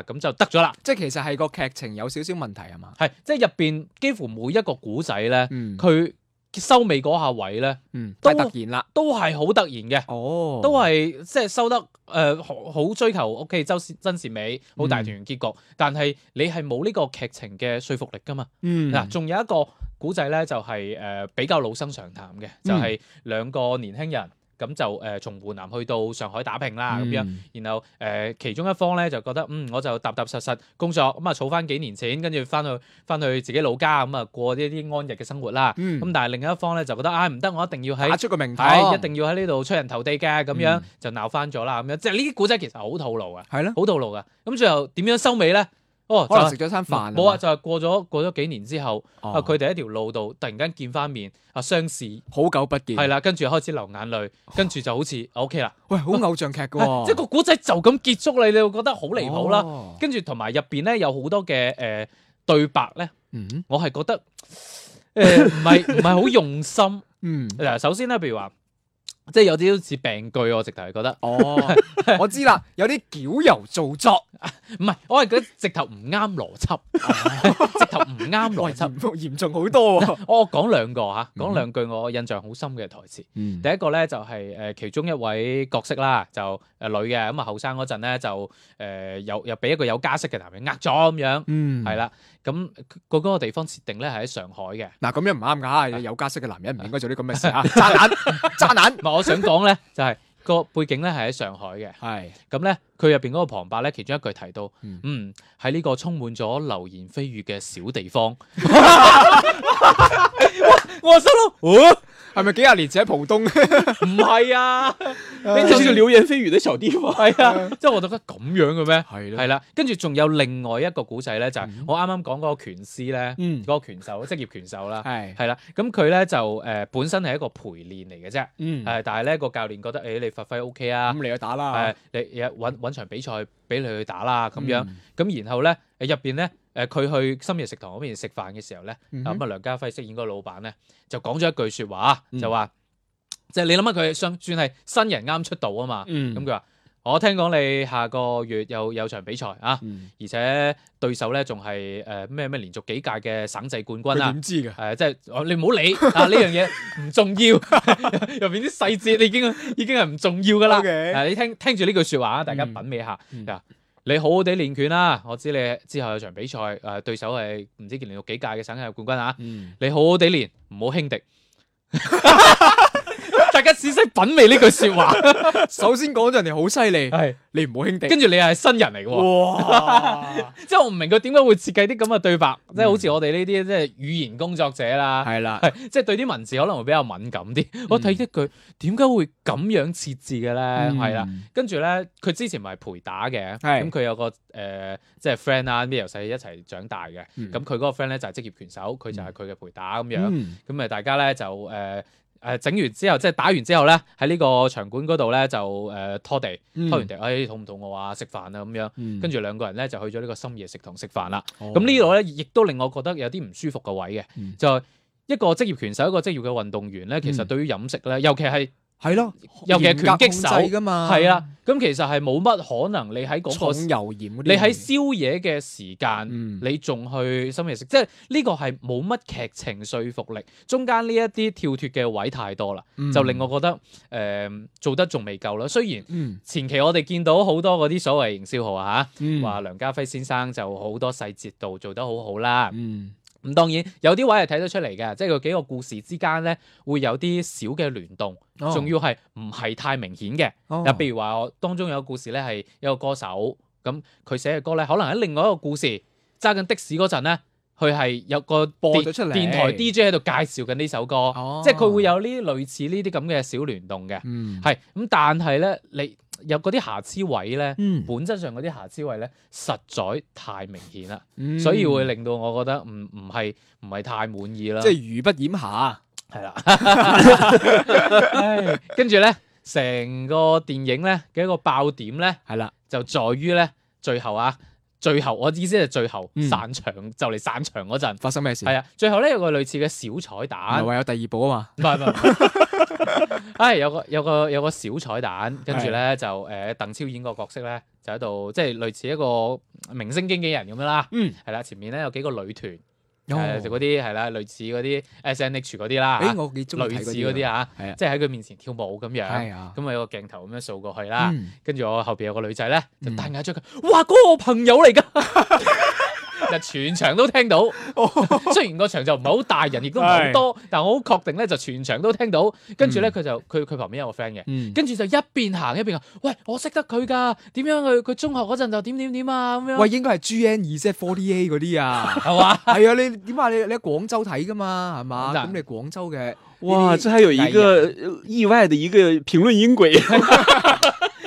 [SPEAKER 2] 咁就得咗啦，
[SPEAKER 3] 即係其實係個劇情有少少問題係啊嘛？
[SPEAKER 2] 係即係入邊幾乎每一個古仔咧，
[SPEAKER 3] 嗯
[SPEAKER 2] 佢收尾嗰下位咧
[SPEAKER 3] 嗯，
[SPEAKER 2] 都
[SPEAKER 3] 太突然啦，
[SPEAKER 2] 都係好突然嘅。
[SPEAKER 3] 哦，
[SPEAKER 2] 都係即係收得誒、呃好好追求 OK 周真善美，好大團圓結局。但係你係冇呢個劇情嘅說服力噶嘛？
[SPEAKER 3] 嗯
[SPEAKER 2] 嗱、仲有一個古仔咧，就係、呃比較老生常談嘅，
[SPEAKER 3] 嗯
[SPEAKER 2] 就係、兩個年輕人咁就誒、呃、從湖南去到上海打拼啦咁樣。
[SPEAKER 3] 嗯
[SPEAKER 2] 然後誒、呃其中一方咧就覺得嗯，我就踏踏實實工作，咁啊儲翻幾年錢，跟住翻去翻去自己老家，咁啊過呢啲安逸嘅生活啦。
[SPEAKER 3] 嗯
[SPEAKER 2] 咁、但係另一方咧就覺得啊唔得，我一定要喺
[SPEAKER 3] 打出個名哦堂，
[SPEAKER 2] 係一定要喺呢度出人頭地嘅，咁樣
[SPEAKER 3] 嗯
[SPEAKER 2] 就鬧翻咗啦，咁樣即係呢啲古仔其實好套路啊，
[SPEAKER 3] 係咯，
[SPEAKER 2] 好套路噶。咁最後點樣收尾咧？哦，就
[SPEAKER 3] 可能
[SPEAKER 2] 係
[SPEAKER 3] 食咗餐飯
[SPEAKER 2] 冇啊，，就係過咗過咗幾年之後，
[SPEAKER 3] 哦
[SPEAKER 2] 啊佢哋喺條路度突然間見翻面，啊相視
[SPEAKER 3] 好久不見，
[SPEAKER 2] 係啦，跟住開始流眼淚，跟住就好似啊 OK 啦，
[SPEAKER 3] 喂，好偶像劇嘅
[SPEAKER 2] 係
[SPEAKER 3] 喎，
[SPEAKER 2] 即係個古仔就咁結束你，你會覺得好離譜啦。
[SPEAKER 3] 哦，
[SPEAKER 2] 跟住同埋入邊咧有好多嘅誒對白咧，
[SPEAKER 3] 嗯
[SPEAKER 2] 我係覺得誒唔係唔係好用心。
[SPEAKER 3] 嗯。
[SPEAKER 2] 嗱，首先咧，譬如話，即係有啲都似病句，我直頭係覺得，
[SPEAKER 3] 哦，我知啦，有啲矯揉造作，
[SPEAKER 2] 唔係，我係覺得直頭唔啱邏輯，直頭唔啱
[SPEAKER 3] 哇
[SPEAKER 2] 邏輯。
[SPEAKER 3] 嚴重嚴重好多喎。
[SPEAKER 2] 我講兩個嚇，
[SPEAKER 3] 嗯
[SPEAKER 2] 講兩句我印象好深嘅台詞。
[SPEAKER 3] 嗯
[SPEAKER 2] 第一個咧就係誒其中一位角色啦，就誒女嘅，咁啊後生嗰陣咧就誒又又俾一個有家室嘅男人呃咗咁樣，
[SPEAKER 3] 嗯
[SPEAKER 2] 係啦。咁佢嗰個地方設定咧係喺上海嘅。
[SPEAKER 3] 嗱，咁樣唔啱 㗎，有家室嘅男人唔應該做啲咁嘅事啊！渣男， 渣男，
[SPEAKER 2] 唔係，我想講咧就係個背景咧係喺上海嘅。
[SPEAKER 3] 係，
[SPEAKER 2] 咁咧，佢入邊嗰個旁白咧，其中一句提到，
[SPEAKER 3] 嗯
[SPEAKER 2] 嗯，喺呢、個充滿咗流言蜚語嘅小地方，我心諗，哦
[SPEAKER 3] 係咪幾廿年前喺 浦東？
[SPEAKER 2] 唔係啊，
[SPEAKER 4] 那哎 就是哎流言蜚語的小地方。
[SPEAKER 2] 係啊，即係我覺得咁樣嘅咩？
[SPEAKER 3] 係
[SPEAKER 2] 係啦，跟住仲有另外一個古仔咧，就係我啱啱講嗰個拳師咧，
[SPEAKER 3] 嗯
[SPEAKER 2] 嗰個拳手，職業拳手啦，
[SPEAKER 3] 係
[SPEAKER 2] 係啦，咁佢咧就誒本身係一個陪練嚟嘅啫，呃
[SPEAKER 3] 嗯
[SPEAKER 2] 誒，但係咧個教練覺得誒你發揮 OK 啊
[SPEAKER 3] 咁。你去打啦
[SPEAKER 2] 誒，，你誒揾揾場比賽俾你去打啦咁
[SPEAKER 3] 嗯
[SPEAKER 2] 樣，咁然後咧誒入邊咧誒佢去深夜食堂嗰邊食飯嘅時候咧，
[SPEAKER 3] 嗯
[SPEAKER 2] 啊咁啊梁家輝飾演嗰個老闆咧就講咗一句説話，
[SPEAKER 3] 嗯
[SPEAKER 2] 就話即係你諗下佢算算係新人啱出道啊嘛，
[SPEAKER 3] 嗯
[SPEAKER 2] 咁佢話我聽講你下個月有有場比賽啊，
[SPEAKER 3] 嗯
[SPEAKER 2] 而且對手咧仲係誒咩咩連續幾屆嘅省際冠軍
[SPEAKER 3] 佢
[SPEAKER 2] 啊
[SPEAKER 3] 點。知嘅？
[SPEAKER 2] 係啊即係哦你唔好理 啊呢樣嘢唔重要， 入邊啲細節已經已經係唔重要噶啦。
[SPEAKER 3] OK
[SPEAKER 2] 啊你聽聽住呢句説話啊，大家品味一下。
[SPEAKER 3] 嗯
[SPEAKER 2] 嗱你好好地練拳啦，我知你之後有場比賽，誒、對手係唔知連續幾屆嘅省級冠軍啊，
[SPEAKER 3] 嗯，
[SPEAKER 2] 你好好地練，唔好輕敵。 大家仔細品味呢句説話，
[SPEAKER 3] 首先講咗人哋好犀利，
[SPEAKER 2] 係
[SPEAKER 3] 你唔好輕敵。
[SPEAKER 2] 跟住你係新人嚟嘅喎。
[SPEAKER 3] 哇，
[SPEAKER 2] 即係我唔明佢點解會設計啲咁嘅對白，即係好
[SPEAKER 3] 嗯
[SPEAKER 2] 似我哋呢啲即係語言工作者啦，
[SPEAKER 3] 係啦，
[SPEAKER 2] 係即係對啲文字可能會比較敏感啲。我睇一句點解會咁樣設置嘅咧？係啦、
[SPEAKER 3] 嗯嗯
[SPEAKER 2] 跟住咧佢之前咪陪打嘅，
[SPEAKER 3] 係
[SPEAKER 2] 咁佢有個誒、呃即係 friend 啦，咩由細一齊長大嘅，
[SPEAKER 3] 嗯
[SPEAKER 2] 咁佢嗰個 friend 咧就係職業拳手，佢就係佢嘅陪打咁樣。
[SPEAKER 3] 嗯
[SPEAKER 2] 咁咪大家咧就誒誒、呃整完之後，即係打完之後咧，喺呢個場館嗰度咧就誒、呃拖地，
[SPEAKER 3] 嗯
[SPEAKER 2] 拖完地，哎肚唔肚餓啊？食飯啊咁樣，
[SPEAKER 3] 嗯哦
[SPEAKER 2] 跟住兩個人咧就去咗呢個深夜食堂食飯啦。咁、呢度咧亦都令我覺得有啲唔舒服嘅位嘅，
[SPEAKER 3] 嗯
[SPEAKER 2] 就係一個職業拳手一個職業嘅運動員咧，其實對於飲食咧，尤其係
[SPEAKER 3] 係咯，
[SPEAKER 2] 尤其係拳擊手
[SPEAKER 3] 噶嘛，
[SPEAKER 2] 係啊，咁其實係冇乜可能你喺嗰、
[SPEAKER 3] 重
[SPEAKER 2] 個。
[SPEAKER 3] 油鹽嗰啲，
[SPEAKER 2] 你喺宵夜嘅時間，
[SPEAKER 3] 嗯
[SPEAKER 2] 你仲去深夜食，即係呢個係冇乜劇情說服力，中間呢一啲跳脱嘅位太多啦，
[SPEAKER 3] 嗯
[SPEAKER 2] 就令我覺得誒、做得仲未夠啦。雖然
[SPEAKER 3] 嗯
[SPEAKER 2] 前期我哋見到好多嗰啲所謂營銷號啊
[SPEAKER 3] 嗯
[SPEAKER 2] 嚇，話、梁家輝先生就好多細節度做得好好啦。咁、
[SPEAKER 3] 嗯
[SPEAKER 2] 當然有啲位係睇得出嚟嘅，即係佢幾個故事之間咧會有啲小嘅聯動，
[SPEAKER 3] 哦
[SPEAKER 2] 仲、要係唔係太明顯嘅。
[SPEAKER 3] 哦
[SPEAKER 2] 嗱，譬如話我當中有個故事咧，係一個歌手，咁佢寫嘅歌咧，可能喺另外一個故事揸緊的士嗰陣咧，佢係有個
[SPEAKER 3] 播
[SPEAKER 2] 電
[SPEAKER 3] 咗出嚟
[SPEAKER 2] 電台 DJ 喺度介紹緊呢首歌，
[SPEAKER 3] 哦
[SPEAKER 2] 即係佢會有呢啲類似呢啲咁嘅小聯動嘅，
[SPEAKER 3] 嗯
[SPEAKER 2] 係咁、但係咧，你有嗰啲瑕疵位咧，
[SPEAKER 3] 嗯
[SPEAKER 2] 本質上嗰啲瑕疵位咧，實在太明顯啦，
[SPEAKER 3] 嗯
[SPEAKER 2] 所以會令到我覺得唔唔係唔係太滿意啦。
[SPEAKER 3] 嗯即係魚不掩瑕，
[SPEAKER 2] 系啦， 唉跟住咧，成個電影咧嘅一個爆點咧，
[SPEAKER 3] 係啦，
[SPEAKER 2] 就在於咧最後啊，最後我意思係最後
[SPEAKER 3] 嗯
[SPEAKER 2] 散場就嚟散場嗰陣，
[SPEAKER 3] 發生咩事？
[SPEAKER 2] 係啊，最後咧有個類似嘅小彩
[SPEAKER 3] 唔係
[SPEAKER 2] 蛋，唔
[SPEAKER 3] 話有第二部啊嘛，
[SPEAKER 2] 係唔係，唉有個有個有個小彩蛋，跟住咧就誒鄧超演個角色咧就喺度，即係類似一個明星經紀人咁樣啦，
[SPEAKER 3] 嗯，
[SPEAKER 2] 係啦，前面咧有幾個女團，
[SPEAKER 3] 哦
[SPEAKER 2] 誒呃就嗰啲係啦，類似嗰啲 S.N.H 嗰啲啦，
[SPEAKER 3] 誒我幾中意
[SPEAKER 2] 類
[SPEAKER 3] 睇
[SPEAKER 2] 似嗰啲
[SPEAKER 3] 啊，
[SPEAKER 2] 啊，
[SPEAKER 3] 係啊
[SPEAKER 2] 即係喺佢面前跳舞咁樣，
[SPEAKER 3] 係啊，
[SPEAKER 2] 咁啊啊有個鏡頭咁樣掃過去啦，
[SPEAKER 3] 嗯
[SPEAKER 2] 跟住我後邊有個女仔咧就
[SPEAKER 3] 嗯
[SPEAKER 2] 大嗌咗佢，哇嗰個我朋友嚟 㗎，嗱全場都聽到，
[SPEAKER 3] 哦
[SPEAKER 2] 雖然個場就唔係好大人，亦都唔係好多，但我好確定咧就全場都聽到，跟住咧佢就佢佢旁邊有個 friend 嘅。
[SPEAKER 3] 嗯
[SPEAKER 2] 跟住就一邊行一邊話：喂，我識得佢㗎，點樣佢佢中學嗰陣就點點點啊咁樣，
[SPEAKER 3] 喂，應該係 G N 二 Z forty A 嗰啲啊。
[SPEAKER 2] 係嘛？
[SPEAKER 3] 係啊，你點啊？你你喺廣州睇噶嘛，係嘛？
[SPEAKER 2] 嗱
[SPEAKER 3] 咁你廣州嘅
[SPEAKER 4] 哇，
[SPEAKER 3] 呢
[SPEAKER 4] 这
[SPEAKER 3] 啲
[SPEAKER 4] 还有一个呃意外的一个評論音軌。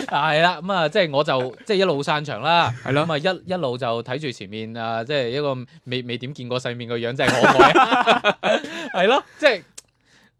[SPEAKER 2] 係啦，咁啊，即係我 就即係一路散場啦，
[SPEAKER 3] 係咯
[SPEAKER 2] 咁啊一一路就睇住前面啊，即係一個未未點見過世面個樣，真係 可愛啊，係咯，即係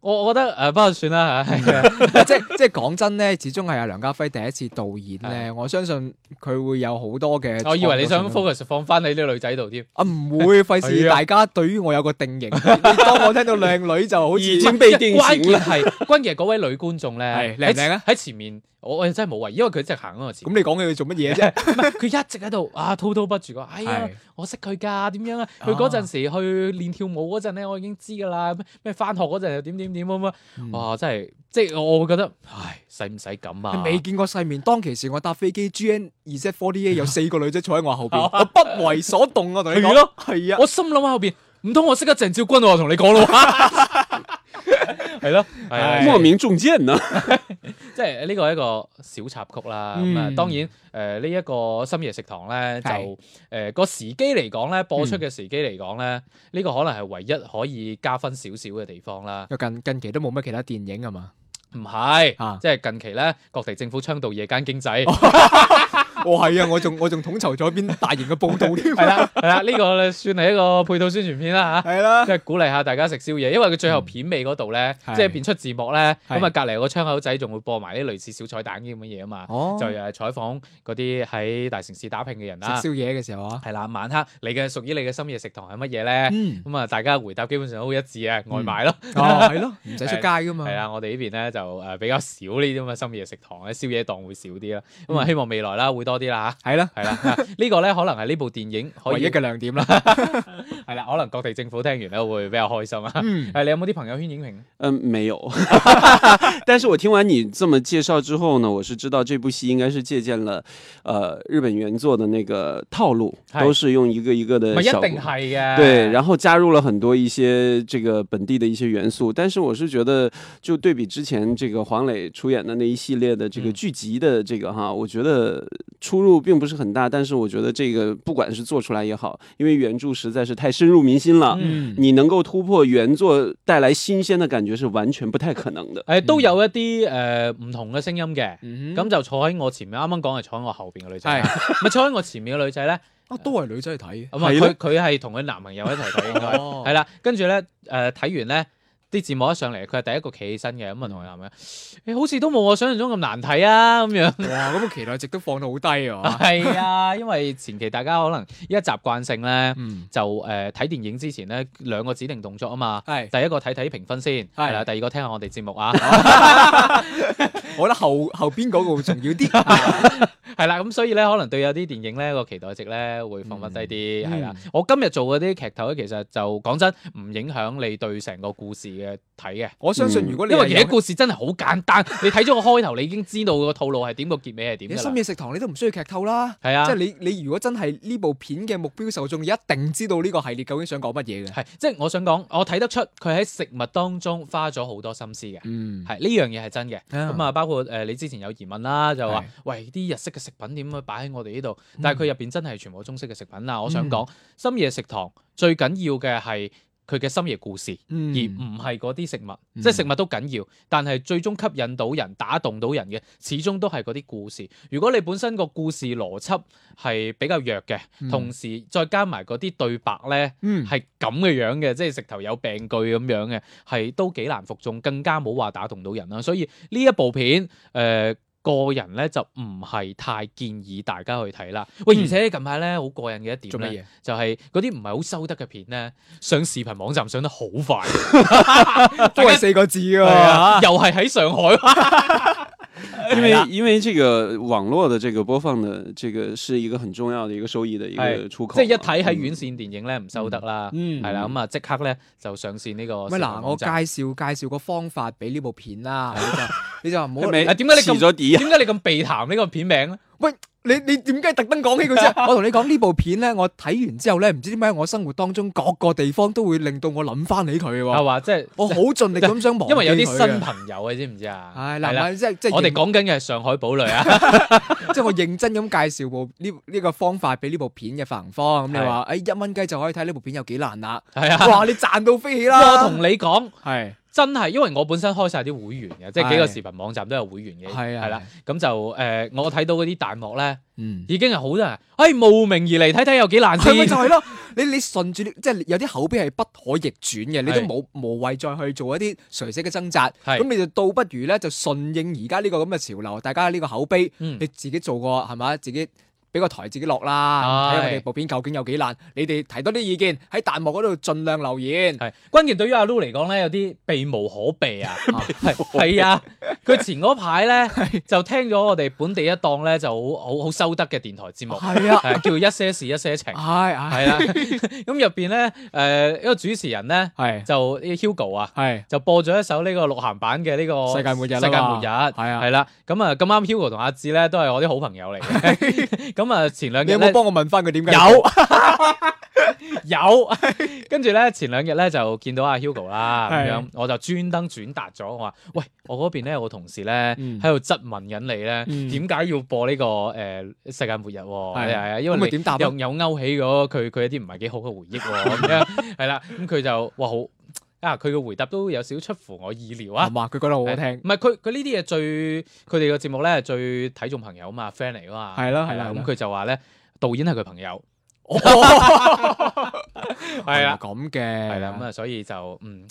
[SPEAKER 2] 我我覺得誒，不過算啦嚇，
[SPEAKER 3] 即嗯係即啊係講真咧，始終係阿梁家輝第一次導演咧，我相信佢會有好多嘅。
[SPEAKER 2] 我以為你想 focus 放翻喺呢個女仔度添，
[SPEAKER 3] 啊，唔會費事
[SPEAKER 2] 係啊
[SPEAKER 3] 大家對於我有個定型。你當我聽到靚女就好似
[SPEAKER 4] 已經被定
[SPEAKER 2] 關
[SPEAKER 4] 型
[SPEAKER 2] 鍵
[SPEAKER 4] 啦。
[SPEAKER 2] 係關鍵係嗰位女觀眾咧
[SPEAKER 3] 係，靚唔靚啊
[SPEAKER 2] 喺？喺前面我我真係冇為意，因為佢一直行嗰個前
[SPEAKER 3] 咁，你講佢做乜嘢啫？
[SPEAKER 2] 唔係佢一直喺度啊滔滔不絕講，哎呀
[SPEAKER 3] 係。啊
[SPEAKER 2] 我識佢㗎，點樣啊？佢嗰陣時去練跳舞嗰陣咧，我已經知㗎啦。咩咩翻學嗰陣又點點點咁啊！
[SPEAKER 3] 嗯
[SPEAKER 2] 哇，真係即係我會覺得，唉，使唔使咁
[SPEAKER 3] 你
[SPEAKER 2] 啊？
[SPEAKER 3] 未見過世面，當其時我搭飛機 G N 二 Z forty A 有四個女仔坐喺我後邊，我不為所動啊！同你
[SPEAKER 2] 哦係
[SPEAKER 3] 講
[SPEAKER 2] 咯，
[SPEAKER 3] 係啊，
[SPEAKER 2] 我心諗喺後邊，唔通我識得鄭照君喎？
[SPEAKER 4] 哎
[SPEAKER 2] 我同你講咯，係咯，係啊
[SPEAKER 4] 莫名中箭呢？
[SPEAKER 2] 即係呢個一個小插曲啦。咁啊、
[SPEAKER 3] 嗯
[SPEAKER 2] 當然誒呢一個深夜食堂咧，就
[SPEAKER 3] 係嗯
[SPEAKER 2] 誒、個時機嚟講咧，播出嘅時機嚟講咧，呢、個可能係唯一可以加分少少嘅地方啦。
[SPEAKER 3] 又近近期都冇乜其他電影啊嘛，
[SPEAKER 2] 唔係，
[SPEAKER 3] 啊
[SPEAKER 2] 即係近期咧，各地政府倡導夜間經濟。
[SPEAKER 3] 哦係啊，我仲我仲統籌咗邊大型嘅報導添，
[SPEAKER 2] 係啦，係啦，呢個咧算係一個配套宣傳片啦吓。
[SPEAKER 3] 係啦
[SPEAKER 2] 即，係鼓勵下大家食宵夜，因為佢最後片尾嗰度咧，
[SPEAKER 3] 嗯
[SPEAKER 2] 即係變出字幕咧，
[SPEAKER 3] 係
[SPEAKER 2] 咁啊隔離有個窗口仔仲會播埋啲類似小彩蛋咁嘅嘢啊嘛，
[SPEAKER 3] 哦
[SPEAKER 2] 就係採訪嗰啲喺大城市打拼嘅人啦
[SPEAKER 3] 食，宵夜嘅時候啊，
[SPEAKER 2] 係啦，晚黑你嘅屬於你嘅深夜食堂 係乜嘢咧？
[SPEAKER 3] 嗯，
[SPEAKER 2] 咁啊，大家回答基本上好一致啊，外賣咯，
[SPEAKER 3] 哦係咯，唔使出街噶嘛，
[SPEAKER 2] 係啊啦，我哋呢邊咧就誒比較少呢啲咁嘅深夜食堂咧，宵夜檔會少啲啦，咁啊希望未來啦會多啲啦
[SPEAKER 3] 嗯係啦，
[SPEAKER 2] 嚇，係啦， 呢個咧可能係呢部電影可
[SPEAKER 3] 唯一
[SPEAKER 2] 以
[SPEAKER 3] 嘅亮 點啦，
[SPEAKER 2] 係啦，可能各地政府聽完咧會比較開心啊。
[SPEAKER 3] 嗯
[SPEAKER 2] 誒，你有冇啲朋友圈影評？
[SPEAKER 4] 嗯，没有。 但是我听完你这么介绍之后呢，我是知道这部戏应该是借鉴了，呃，日本原作的那个套路，
[SPEAKER 2] 嗨
[SPEAKER 4] 都是用一个一个啊
[SPEAKER 2] 咪
[SPEAKER 4] 的
[SPEAKER 2] 一
[SPEAKER 4] 小
[SPEAKER 2] 定係嘅。
[SPEAKER 4] 对，然后加入了很多一些这个本地的一些元素，但是我是觉得，就对比之前这个黄磊出演的那一系列的这个
[SPEAKER 2] 嗯
[SPEAKER 4] 剧集的这个哈，我觉得出入并不是很大，但是我觉得这个不管是做出来也好，因为原著实在是太深入民心了，
[SPEAKER 3] 嗯，
[SPEAKER 4] 你能够突破原作带来新鲜的感觉是完全不太可能 的。
[SPEAKER 2] 誒都有一啲誒唔同嘅聲音嘅。
[SPEAKER 3] 嗯
[SPEAKER 2] 咁就坐喺我前面，啱啱講係坐喺我後邊嘅女仔啦，咪坐喺我前面嘅女仔咧，
[SPEAKER 3] 啊都係女仔 去睇，
[SPEAKER 2] 咁啊
[SPEAKER 4] 係咯
[SPEAKER 2] 佢佢係同佢男朋友一齊睇應該，
[SPEAKER 3] 哦
[SPEAKER 2] 係啦，跟住咧誒睇完咧啲字幕一上嚟，佢係第一個企起身嘅，咁啊同佢男朋友，誒好似都冇我想象中咁難睇啊咁樣。
[SPEAKER 3] 哇咁個期待值都放到好低啊，
[SPEAKER 2] 係啊，因為前期大家可能依家習慣性咧，
[SPEAKER 3] 嗯，
[SPEAKER 2] 就誒睇電影之前咧兩個指定動作啊嘛。
[SPEAKER 3] 係，
[SPEAKER 2] 第一個睇睇評分先，
[SPEAKER 3] 係
[SPEAKER 2] 係啦，第二個聽下我哋節目啊，
[SPEAKER 3] 我覺得後後邊嗰個會重要啲，
[SPEAKER 2] 係啦，咁所以咧，可能對有啲電影咧個期待值咧會放得低啲，
[SPEAKER 3] 嗯
[SPEAKER 2] 係啦。我今日做嗰啲劇透咧，其實就講真唔影響你對成個故事嘅睇嘅，
[SPEAKER 3] 我相信如果
[SPEAKER 2] 嗯
[SPEAKER 3] 你啊
[SPEAKER 2] 因為其
[SPEAKER 3] 係有
[SPEAKER 2] 實故事真係好簡 單，你睇咗個開頭，你已經知道個套路係點，個結尾係點
[SPEAKER 3] 你
[SPEAKER 2] 㗎
[SPEAKER 3] 深
[SPEAKER 2] 啦。
[SPEAKER 3] 夜食堂你都唔需要劇透啦。
[SPEAKER 2] 係啊
[SPEAKER 3] 即係，你你如果真係呢部片嘅目標受眾，一定知道呢個系列究竟想講乜嘢嘅。
[SPEAKER 2] 係即係我想講，我睇得出佢喺食物當中花咗好多心思嘅。
[SPEAKER 3] 嗯，
[SPEAKER 2] 係呢樣嘢係真嘅，
[SPEAKER 3] 啊
[SPEAKER 2] 咁啊包括誒、呃你之前有疑問啦，就話
[SPEAKER 3] 係嗯
[SPEAKER 2] 喂啲日式嘅食品點樣擺喺我哋呢度？但係佢入邊真係全部中式嘅食品啦。我想講深夜食堂最緊要嘅係佢嘅深夜故事，而
[SPEAKER 3] 嗯，
[SPEAKER 2] 唔係嗰啲食物，
[SPEAKER 3] 嗯
[SPEAKER 2] 即係食物都緊要，但係最終吸引到人、打動到人嘅，始終都係嗰啲故事。如果你本身個故事邏輯係比較弱嘅，
[SPEAKER 3] 嗯
[SPEAKER 2] 同時再加埋嗰啲對白咧。
[SPEAKER 3] 嗯
[SPEAKER 2] 係咁嘅樣嘅，即係直頭有病句咁樣嘅，係都幾難服眾，更加冇話打動到人啦。所以呢一部片，誒、呃個人咧就唔係太建議大家去睇啦。喂，
[SPEAKER 3] 嗯
[SPEAKER 2] 而且近排咧好過癮嘅一
[SPEAKER 3] 做
[SPEAKER 2] 點
[SPEAKER 3] 乜
[SPEAKER 2] 咧，
[SPEAKER 3] 嘢？
[SPEAKER 2] 就係嗰啲唔係好收得嘅片咧，上視頻網站上得好快，
[SPEAKER 3] 都 係四個字㗎
[SPEAKER 2] 係啊
[SPEAKER 3] 喎。
[SPEAKER 2] 又係喺上 海。
[SPEAKER 4] 因
[SPEAKER 2] 哎
[SPEAKER 4] 为因为这个网络的这个播放的这个是一个很重要的一个收益的一
[SPEAKER 2] 哎
[SPEAKER 4] 个出口
[SPEAKER 2] 即
[SPEAKER 4] 嘛，
[SPEAKER 2] 係一睇喺
[SPEAKER 4] 嗯
[SPEAKER 2] 院線電影咧唔收得啦，
[SPEAKER 3] 嗯
[SPEAKER 2] 係啦，咁啊即刻咧就上線呢個
[SPEAKER 3] 咪
[SPEAKER 2] 視頻
[SPEAKER 3] 嗱，我
[SPEAKER 2] 網
[SPEAKER 3] 介
[SPEAKER 2] 站。
[SPEAKER 3] 紹介紹個方法俾呢部片啦，你就你就唔好
[SPEAKER 4] 係咪
[SPEAKER 2] 啊點解你咁
[SPEAKER 4] 起咗底啊
[SPEAKER 2] 點解你咁避談呢個片名咧？
[SPEAKER 3] 喂。你你點解特登講起 佢啫？我同你講呢部片咧，我睇完之後咧，唔知點解我生活當中各個地方都會令到我諗翻起佢
[SPEAKER 2] 係
[SPEAKER 3] 喎。
[SPEAKER 2] 話即係
[SPEAKER 3] 我好盡力咁想忘
[SPEAKER 2] 因為有啲
[SPEAKER 3] 記佢嘅
[SPEAKER 2] 新朋友啊，知唔知啊？
[SPEAKER 3] 係
[SPEAKER 2] 係
[SPEAKER 3] 嗱，咪即係即係
[SPEAKER 2] 我哋
[SPEAKER 3] 認
[SPEAKER 2] 講緊嘅係上海堡壘 啊，
[SPEAKER 3] 即係我認真咁介紹部呢呢個方法俾呢部片嘅發行方，咁你
[SPEAKER 2] 係
[SPEAKER 3] 話誒一蚊雞就可以睇呢部片有幾 難啦？
[SPEAKER 2] 係啊。
[SPEAKER 3] 哇！你賺到飛起
[SPEAKER 2] 我
[SPEAKER 3] 啦！
[SPEAKER 2] 同你講，
[SPEAKER 3] 係
[SPEAKER 2] 真係，因為我本身開晒啲會員嘅，即係幾個
[SPEAKER 3] 係
[SPEAKER 2] 視頻網站都有會員嘅，
[SPEAKER 3] 係啊
[SPEAKER 2] 係啦。咁就誒、呃我睇到嗰啲彈幕咧，
[SPEAKER 3] 嗯，
[SPEAKER 2] 已經係好多人，哎，慕名而嚟睇睇有幾難
[SPEAKER 3] 係咪就
[SPEAKER 2] 先。
[SPEAKER 3] 係咯？你你順住呢即係有啲口碑係不可逆轉嘅，你都
[SPEAKER 2] 係
[SPEAKER 3] 冇無謂再去做一啲垂死嘅掙扎，
[SPEAKER 2] 係
[SPEAKER 3] 咁你就倒不如咧就順應而家呢個咁嘅潮流，大家呢個口碑，
[SPEAKER 2] 嗯
[SPEAKER 3] 你自己做個係咪？自己。俾個台自己落啦，
[SPEAKER 2] 係
[SPEAKER 3] 睇下我哋部片究竟有幾爛，你哋提多啲意見喺彈幕嗰度盡量留言。
[SPEAKER 2] 係關鍵對於阿 Lu 嚟講咧，有啲避無可避啊， 係係啊，佢前嗰排咧就聽咗我哋本地一檔咧就好好好收得嘅電台節目，
[SPEAKER 3] 係啊，
[SPEAKER 2] 係叫一些事一些情，
[SPEAKER 3] 係係
[SPEAKER 2] 係啦。咁入邊咧誒一個主持人咧
[SPEAKER 3] 係
[SPEAKER 2] 就呢個 Hugo 啊。
[SPEAKER 3] 係。
[SPEAKER 2] 就播咗一首呢個鹿晗版嘅呢個
[SPEAKER 3] 世界末日啦
[SPEAKER 2] 哦
[SPEAKER 3] 嘛
[SPEAKER 2] 世界末日
[SPEAKER 3] 係啊
[SPEAKER 2] 係啦。咁啊咁啱 Hugo 同阿志 咧都係我啲好朋友嚟嘅。咁啊前兩
[SPEAKER 3] 你
[SPEAKER 2] 日
[SPEAKER 3] 有冇
[SPEAKER 2] 咧
[SPEAKER 3] 幫我問翻佢點解？
[SPEAKER 2] 有， 有，跟住咧前兩日咧就見到阿 Hugo 啦，咁
[SPEAKER 3] 係
[SPEAKER 2] 樣我就專登轉達咗，我話：喂，我嗰邊咧，我同事咧
[SPEAKER 3] 嗯
[SPEAKER 2] 喺度質問緊你咧，
[SPEAKER 3] 嗯
[SPEAKER 2] 點解要播呢個誒世界末日喎？
[SPEAKER 3] 係
[SPEAKER 2] 係啊，因為
[SPEAKER 3] 咁咪
[SPEAKER 2] 你
[SPEAKER 3] 點答啊
[SPEAKER 2] 又又勾起咗佢佢一啲唔係幾好嘅回憶喎，咁 樣係啦，咁佢就哇好啊，佢嘅回答都有少出乎我意料啊
[SPEAKER 3] 係。嘛？佢覺得好好
[SPEAKER 2] 係
[SPEAKER 3] 聽
[SPEAKER 2] 唔。係佢佢呢啲嘢最佢哋個節目咧最睇重朋友啊嘛，friend 嚟啊嘛，
[SPEAKER 3] 係啦
[SPEAKER 2] 係
[SPEAKER 3] 係
[SPEAKER 2] 啦，
[SPEAKER 3] 啦哦係啦
[SPEAKER 2] 咁佢就話咧導演係佢朋友， 係 啦
[SPEAKER 3] 哦
[SPEAKER 2] 係
[SPEAKER 3] 咁嘅。
[SPEAKER 2] 啦，咁啊所以就嗯，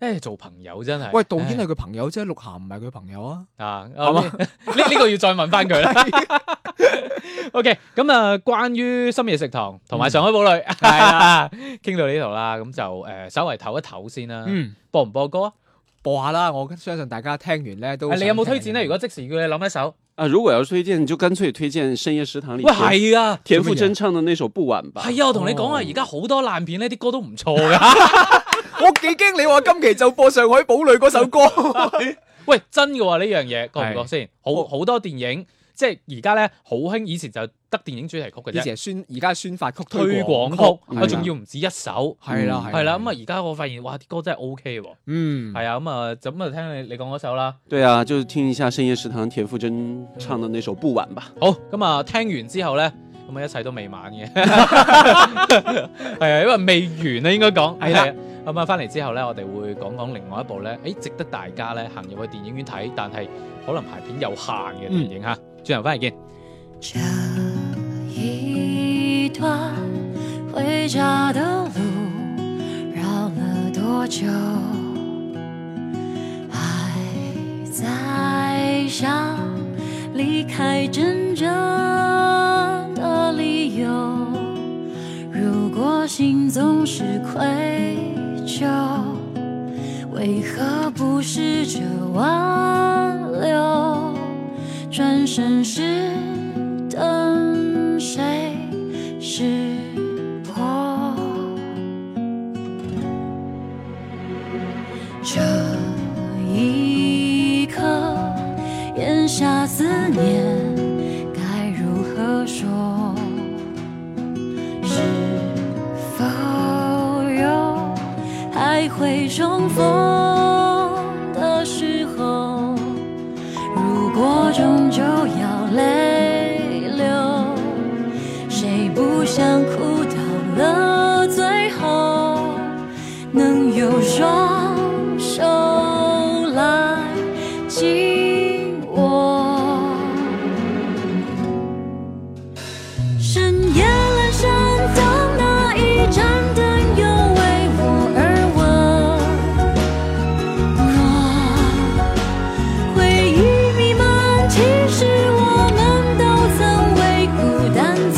[SPEAKER 2] 誒做朋友真係，
[SPEAKER 3] 喂，導演
[SPEAKER 2] 唉
[SPEAKER 3] 係佢朋友啫，鹿晗唔係佢朋友啊。
[SPEAKER 2] 啊，
[SPEAKER 3] 係嘛
[SPEAKER 2] 呢呢呢個要再問翻佢啦。OK，咁啊，關於深夜食堂同
[SPEAKER 3] 嗯
[SPEAKER 2] 埋上海堡壘，係啦， 傾到呢度啦，咁就誒稍微唞一唞先啦。
[SPEAKER 3] 嗯，
[SPEAKER 2] 播唔播歌啊？
[SPEAKER 3] 播下啦，我相信大家聽完咧都
[SPEAKER 2] 啊
[SPEAKER 3] 想
[SPEAKER 2] 你
[SPEAKER 3] 聽。
[SPEAKER 2] 有冇推薦咧？如果即時要你諗一首，
[SPEAKER 4] 啊，如果要推荐，你就干脆推荐《深夜食堂》里
[SPEAKER 2] 喂
[SPEAKER 4] 田
[SPEAKER 2] 係啊。
[SPEAKER 4] 田馥甄唱的那首《不晚》吧。
[SPEAKER 2] 係啊，我同你講啊，
[SPEAKER 3] 哦
[SPEAKER 2] 而家好多爛片呢啲歌都唔錯㗎。
[SPEAKER 3] 我幾驚你話今期就播《上海堡壘》嗰首 歌。
[SPEAKER 2] 喂，真嘅喎呢樣嘢，覺唔覺
[SPEAKER 3] 係
[SPEAKER 2] 先？好好多電影，即係而家咧好興，以前就得電影主題曲嘅
[SPEAKER 3] 以
[SPEAKER 2] 啫，
[SPEAKER 3] 前係宣，而家係宣發曲
[SPEAKER 2] 推
[SPEAKER 3] 廣
[SPEAKER 2] 廣曲，
[SPEAKER 4] 係
[SPEAKER 2] 我
[SPEAKER 4] 啊
[SPEAKER 2] 仲要唔止一首。
[SPEAKER 3] 係啦，
[SPEAKER 4] 嗯
[SPEAKER 2] 係啦，咁啊而家我發現哇啲歌真係 O K 喎。
[SPEAKER 3] 嗯，
[SPEAKER 2] 係啊，咁啊，咁啊，聽你你講嗰首啦。
[SPEAKER 4] 对啊，就听一下《深夜食堂》田馥甄唱的那首《不晚》吧。
[SPEAKER 2] 好，咁啊，聽完之後咧，咁啊，一切都未 晚嘅。係啊，因為未完啊，應該講。
[SPEAKER 3] 係啦
[SPEAKER 2] 啊，咁啊，翻嚟之後咧，我哋會講講另外一部咧，誒，值得大家咧行入去電影院睇，但係可能排片有限嘅
[SPEAKER 3] 嗯
[SPEAKER 2] 電影嚇。轉頭翻嚟見。
[SPEAKER 1] 这一段回家的路绕了多久？还在想离开真正的理由。如果心总是愧疚，为何不试着挽留？转身时等谁识破？这一刻，咽下思念，该如何说？是否有还会重逢的时候？如果终究要泪流，谁不想哭到了最后，能有双手来紧握？深夜阑珊，当那一盏灯又为我而温暖。啊回忆弥漫，其实我们都曾为孤单走。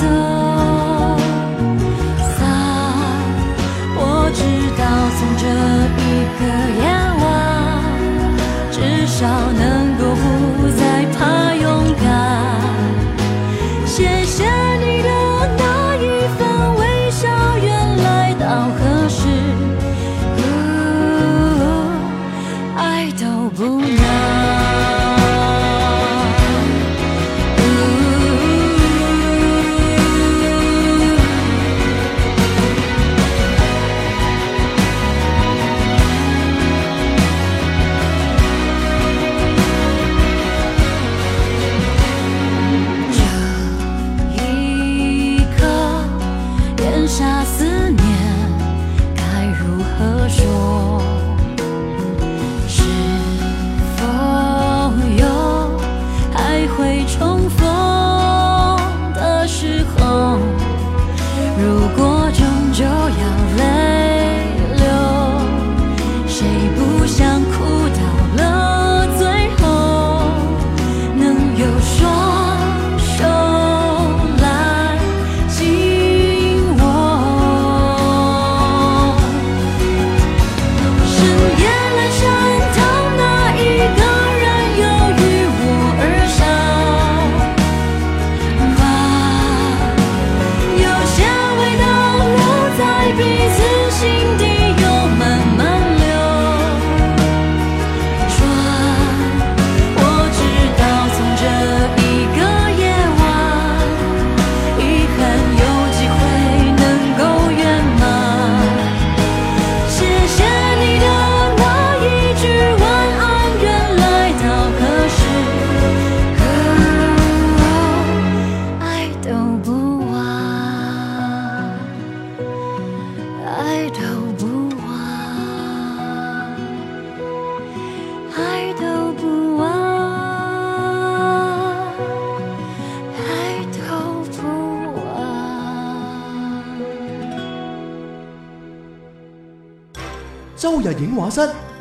[SPEAKER 5] 周日影畫室，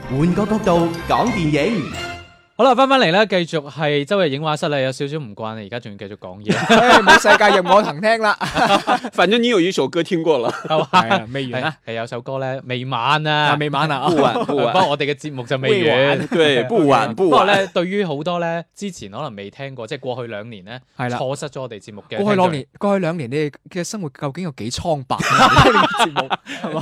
[SPEAKER 5] 換個角度講電影。
[SPEAKER 2] 好啦，翻翻嚟咧，繼續係周日影畫室啦，有少少唔慣啊，而家仲要繼續講 嘢，
[SPEAKER 3] 唉冇世界任我行 聽啦，
[SPEAKER 4] 反正你有一首歌听过了，
[SPEAKER 3] 係啊，未
[SPEAKER 2] 係
[SPEAKER 3] 完啦，
[SPEAKER 2] 係有首歌咧未晚啊
[SPEAKER 3] 啊，，未晚啦，
[SPEAKER 4] 不 晚不
[SPEAKER 2] 不
[SPEAKER 4] 晚，
[SPEAKER 2] 過我哋嘅節目就未完。
[SPEAKER 4] 对，不晚不
[SPEAKER 2] 不過
[SPEAKER 4] 晚。
[SPEAKER 2] 咧，對於好多咧之前可能未聽過，即係過去兩年咧，
[SPEAKER 3] 係啦
[SPEAKER 2] 錯失咗我哋節目嘅
[SPEAKER 3] 過去兩
[SPEAKER 2] 兩
[SPEAKER 3] 年，過去兩年你嘅生活究竟有幾蒼 白？呢個節目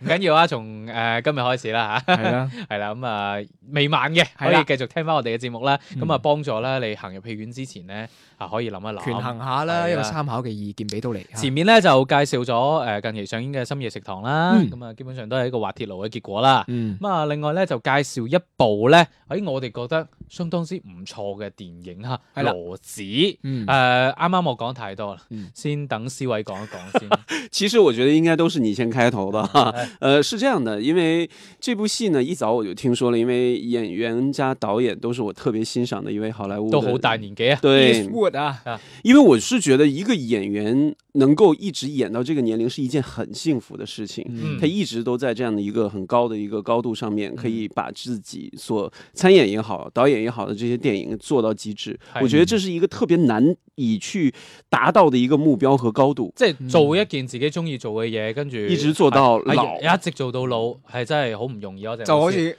[SPEAKER 2] 唔緊要啊，從誒、呃今日開始啦嚇，
[SPEAKER 3] 係啦，
[SPEAKER 2] 係啦，咁啊未晚嘅可
[SPEAKER 3] 係啦
[SPEAKER 2] 以繼續聽翻我哋嘅節目啦，
[SPEAKER 3] 嗯
[SPEAKER 2] 咁啊幫助咧你行入戲院之前咧啊可以諗一諗。
[SPEAKER 3] 權衡下
[SPEAKER 2] 係
[SPEAKER 3] 啦，
[SPEAKER 2] 啦
[SPEAKER 3] 一個參考嘅意見俾到你。
[SPEAKER 2] 前面咧就介紹咗誒、呃近期上映嘅《深夜食堂》啦，
[SPEAKER 3] 嗯
[SPEAKER 2] 咁啊、基本上都係一個滑鐵盧嘅結果啦。
[SPEAKER 3] 嗯，
[SPEAKER 2] 咁啊，另外咧就介紹一部咧，喺我哋覺得相當之唔錯嘅電影嚇，
[SPEAKER 3] 係啦
[SPEAKER 2] 羅子。誒
[SPEAKER 3] 嗯
[SPEAKER 2] 呃啱啱我講太多啦
[SPEAKER 3] 嗯，
[SPEAKER 2] 先等思偉講一 講先。
[SPEAKER 4] 其实我觉得应该都是你先开头的哈。
[SPEAKER 2] 哎
[SPEAKER 4] 呃，是这样的，因为这部戏呢，一早我就听说了，因为演员加导演都是我特别欣赏的一位好莱坞的
[SPEAKER 2] 都好大。年紀啊，
[SPEAKER 4] 对，
[SPEAKER 3] Eastwood 啊，
[SPEAKER 4] 因为我是觉得一个演员能够一直演到这个年龄是一件很幸福的事情。
[SPEAKER 2] 嗯
[SPEAKER 4] 他一直都在这样的一个很高的一个高度上面，可以把自己所参演也好、导演也好的这些电影做到极致。
[SPEAKER 2] 哎
[SPEAKER 4] 我觉得这是一个特别难以去达到的一个目标和高度。
[SPEAKER 2] 即係做一件自己中意做嘅嘢，跟住
[SPEAKER 4] 一直做到
[SPEAKER 2] 係
[SPEAKER 4] 老
[SPEAKER 2] 係一直做到老，係真係好唔容易咯。啊就
[SPEAKER 3] 就好似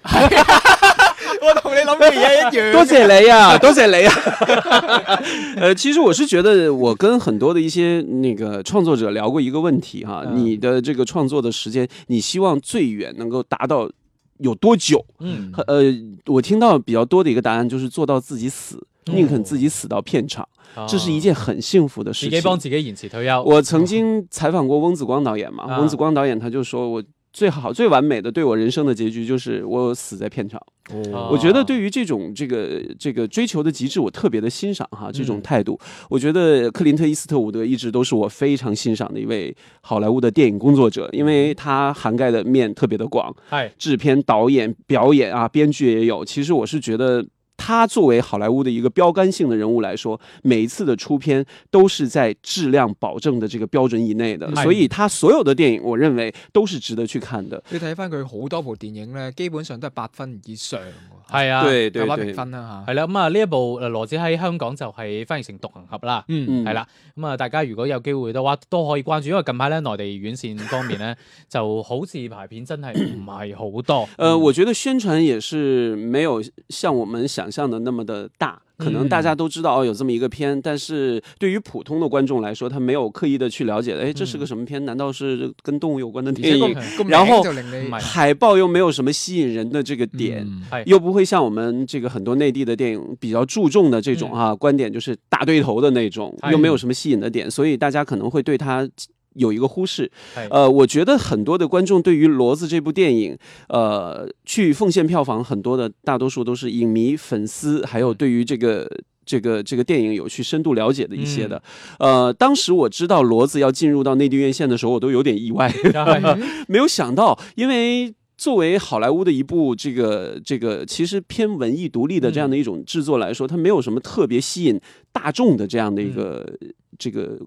[SPEAKER 3] 我同你諗 嘅嘢一
[SPEAKER 2] 嗯
[SPEAKER 3] 樣。
[SPEAKER 4] 多谢雷 啊，多谢雷啊！ 呃，其实我是觉得，我跟很多的一些那个创作者聊过一个问题哈，
[SPEAKER 3] 嗯
[SPEAKER 4] 你的这个创作的时间，你希望最远能够达到有多久？
[SPEAKER 2] 嗯
[SPEAKER 4] 呃，我听到比较多的一个答案就是做到自己死，宁
[SPEAKER 2] 哦
[SPEAKER 4] 肯自己死到片场，这是一件很幸福的
[SPEAKER 2] 啊自
[SPEAKER 4] 事
[SPEAKER 2] 己
[SPEAKER 4] 情。
[SPEAKER 2] 幫自己延遲退休。
[SPEAKER 4] 我曾经采访过翁子光导演嘛，
[SPEAKER 2] 啊
[SPEAKER 4] 翁子光导演他就说我。最好、最完美的对我人生的结局就是我死在片场。
[SPEAKER 2] 哦
[SPEAKER 4] 我觉得对于这种这个这个追求的极致，我特别的欣赏哈这种
[SPEAKER 2] 嗯
[SPEAKER 4] 态度。我觉得克林特·伊斯特伍德一直都是我非常欣赏的一位好莱坞的电影工作者，因
[SPEAKER 2] 嗯
[SPEAKER 4] 为他涵盖的面特别的广，
[SPEAKER 2] 係
[SPEAKER 4] 制片、导演、表演啊，编剧也有。其实我是觉得。他作为好莱坞的一个标杆性的人物来说，每一次的出片都是在质量保证的这个标准以内的，
[SPEAKER 2] 哎
[SPEAKER 4] 所以他所有的电影，我认为都是值得去看的。
[SPEAKER 3] 你睇翻佢好多部電影咧，基本上都係八分以上喎，
[SPEAKER 2] 係啊，
[SPEAKER 4] 对对
[SPEAKER 3] 九八
[SPEAKER 4] 对
[SPEAKER 3] 評，分啦
[SPEAKER 2] 係啦。咁啊，呢一部誒羅子喺香港就係翻譯成《獨行俠》啦。
[SPEAKER 3] 嗯
[SPEAKER 4] 嗯
[SPEAKER 2] 係，啦，咁啊，大家如果有機會嘅話，都可以關注，因為近排咧內地院線方面 咧，就好似排片真係唔係好多。嗯
[SPEAKER 4] 呃，我觉得宣传也是没有像我们想象的那么的大。可能大家都知道哦，有这么一个片，但是对于普通的观众来说，他没有刻意的去了解，哎，这是个什么片？难道是跟动物有关的
[SPEAKER 3] 嚇，
[SPEAKER 4] 电
[SPEAKER 2] 个
[SPEAKER 4] 影？
[SPEAKER 3] 而且個個
[SPEAKER 4] 然
[SPEAKER 3] 名
[SPEAKER 4] 後
[SPEAKER 3] 就令你
[SPEAKER 2] 唔係
[SPEAKER 4] 海报又没有什么吸引人的这个点，
[SPEAKER 3] 哎嗯
[SPEAKER 2] 係
[SPEAKER 4] 又不会像我们这个很多内地的电影比较注重的这种啊、观点，就是大对头的那种，
[SPEAKER 2] 哎
[SPEAKER 4] 又没有什么吸引的点，所以大家可能会对它有一个忽视。
[SPEAKER 2] 係
[SPEAKER 4] 呃，我觉得很多的观众对于《骡子》这部电影，呃，去奉献票房，很多的大多数都是影迷、粉丝，还有对于这个。这个这个电影有去深度了解的一些的，呃，当时我知道《骡子》要进入到内地院线的时候，我都有点意外，
[SPEAKER 3] 嗯
[SPEAKER 4] 没有想到，因为作为好莱坞的一部这个这个其实偏文艺独立的这
[SPEAKER 2] 嗯
[SPEAKER 4] 样的一种制作来说，它没有什么特别吸引大众的这样
[SPEAKER 2] 嗯
[SPEAKER 4] 的一个、这个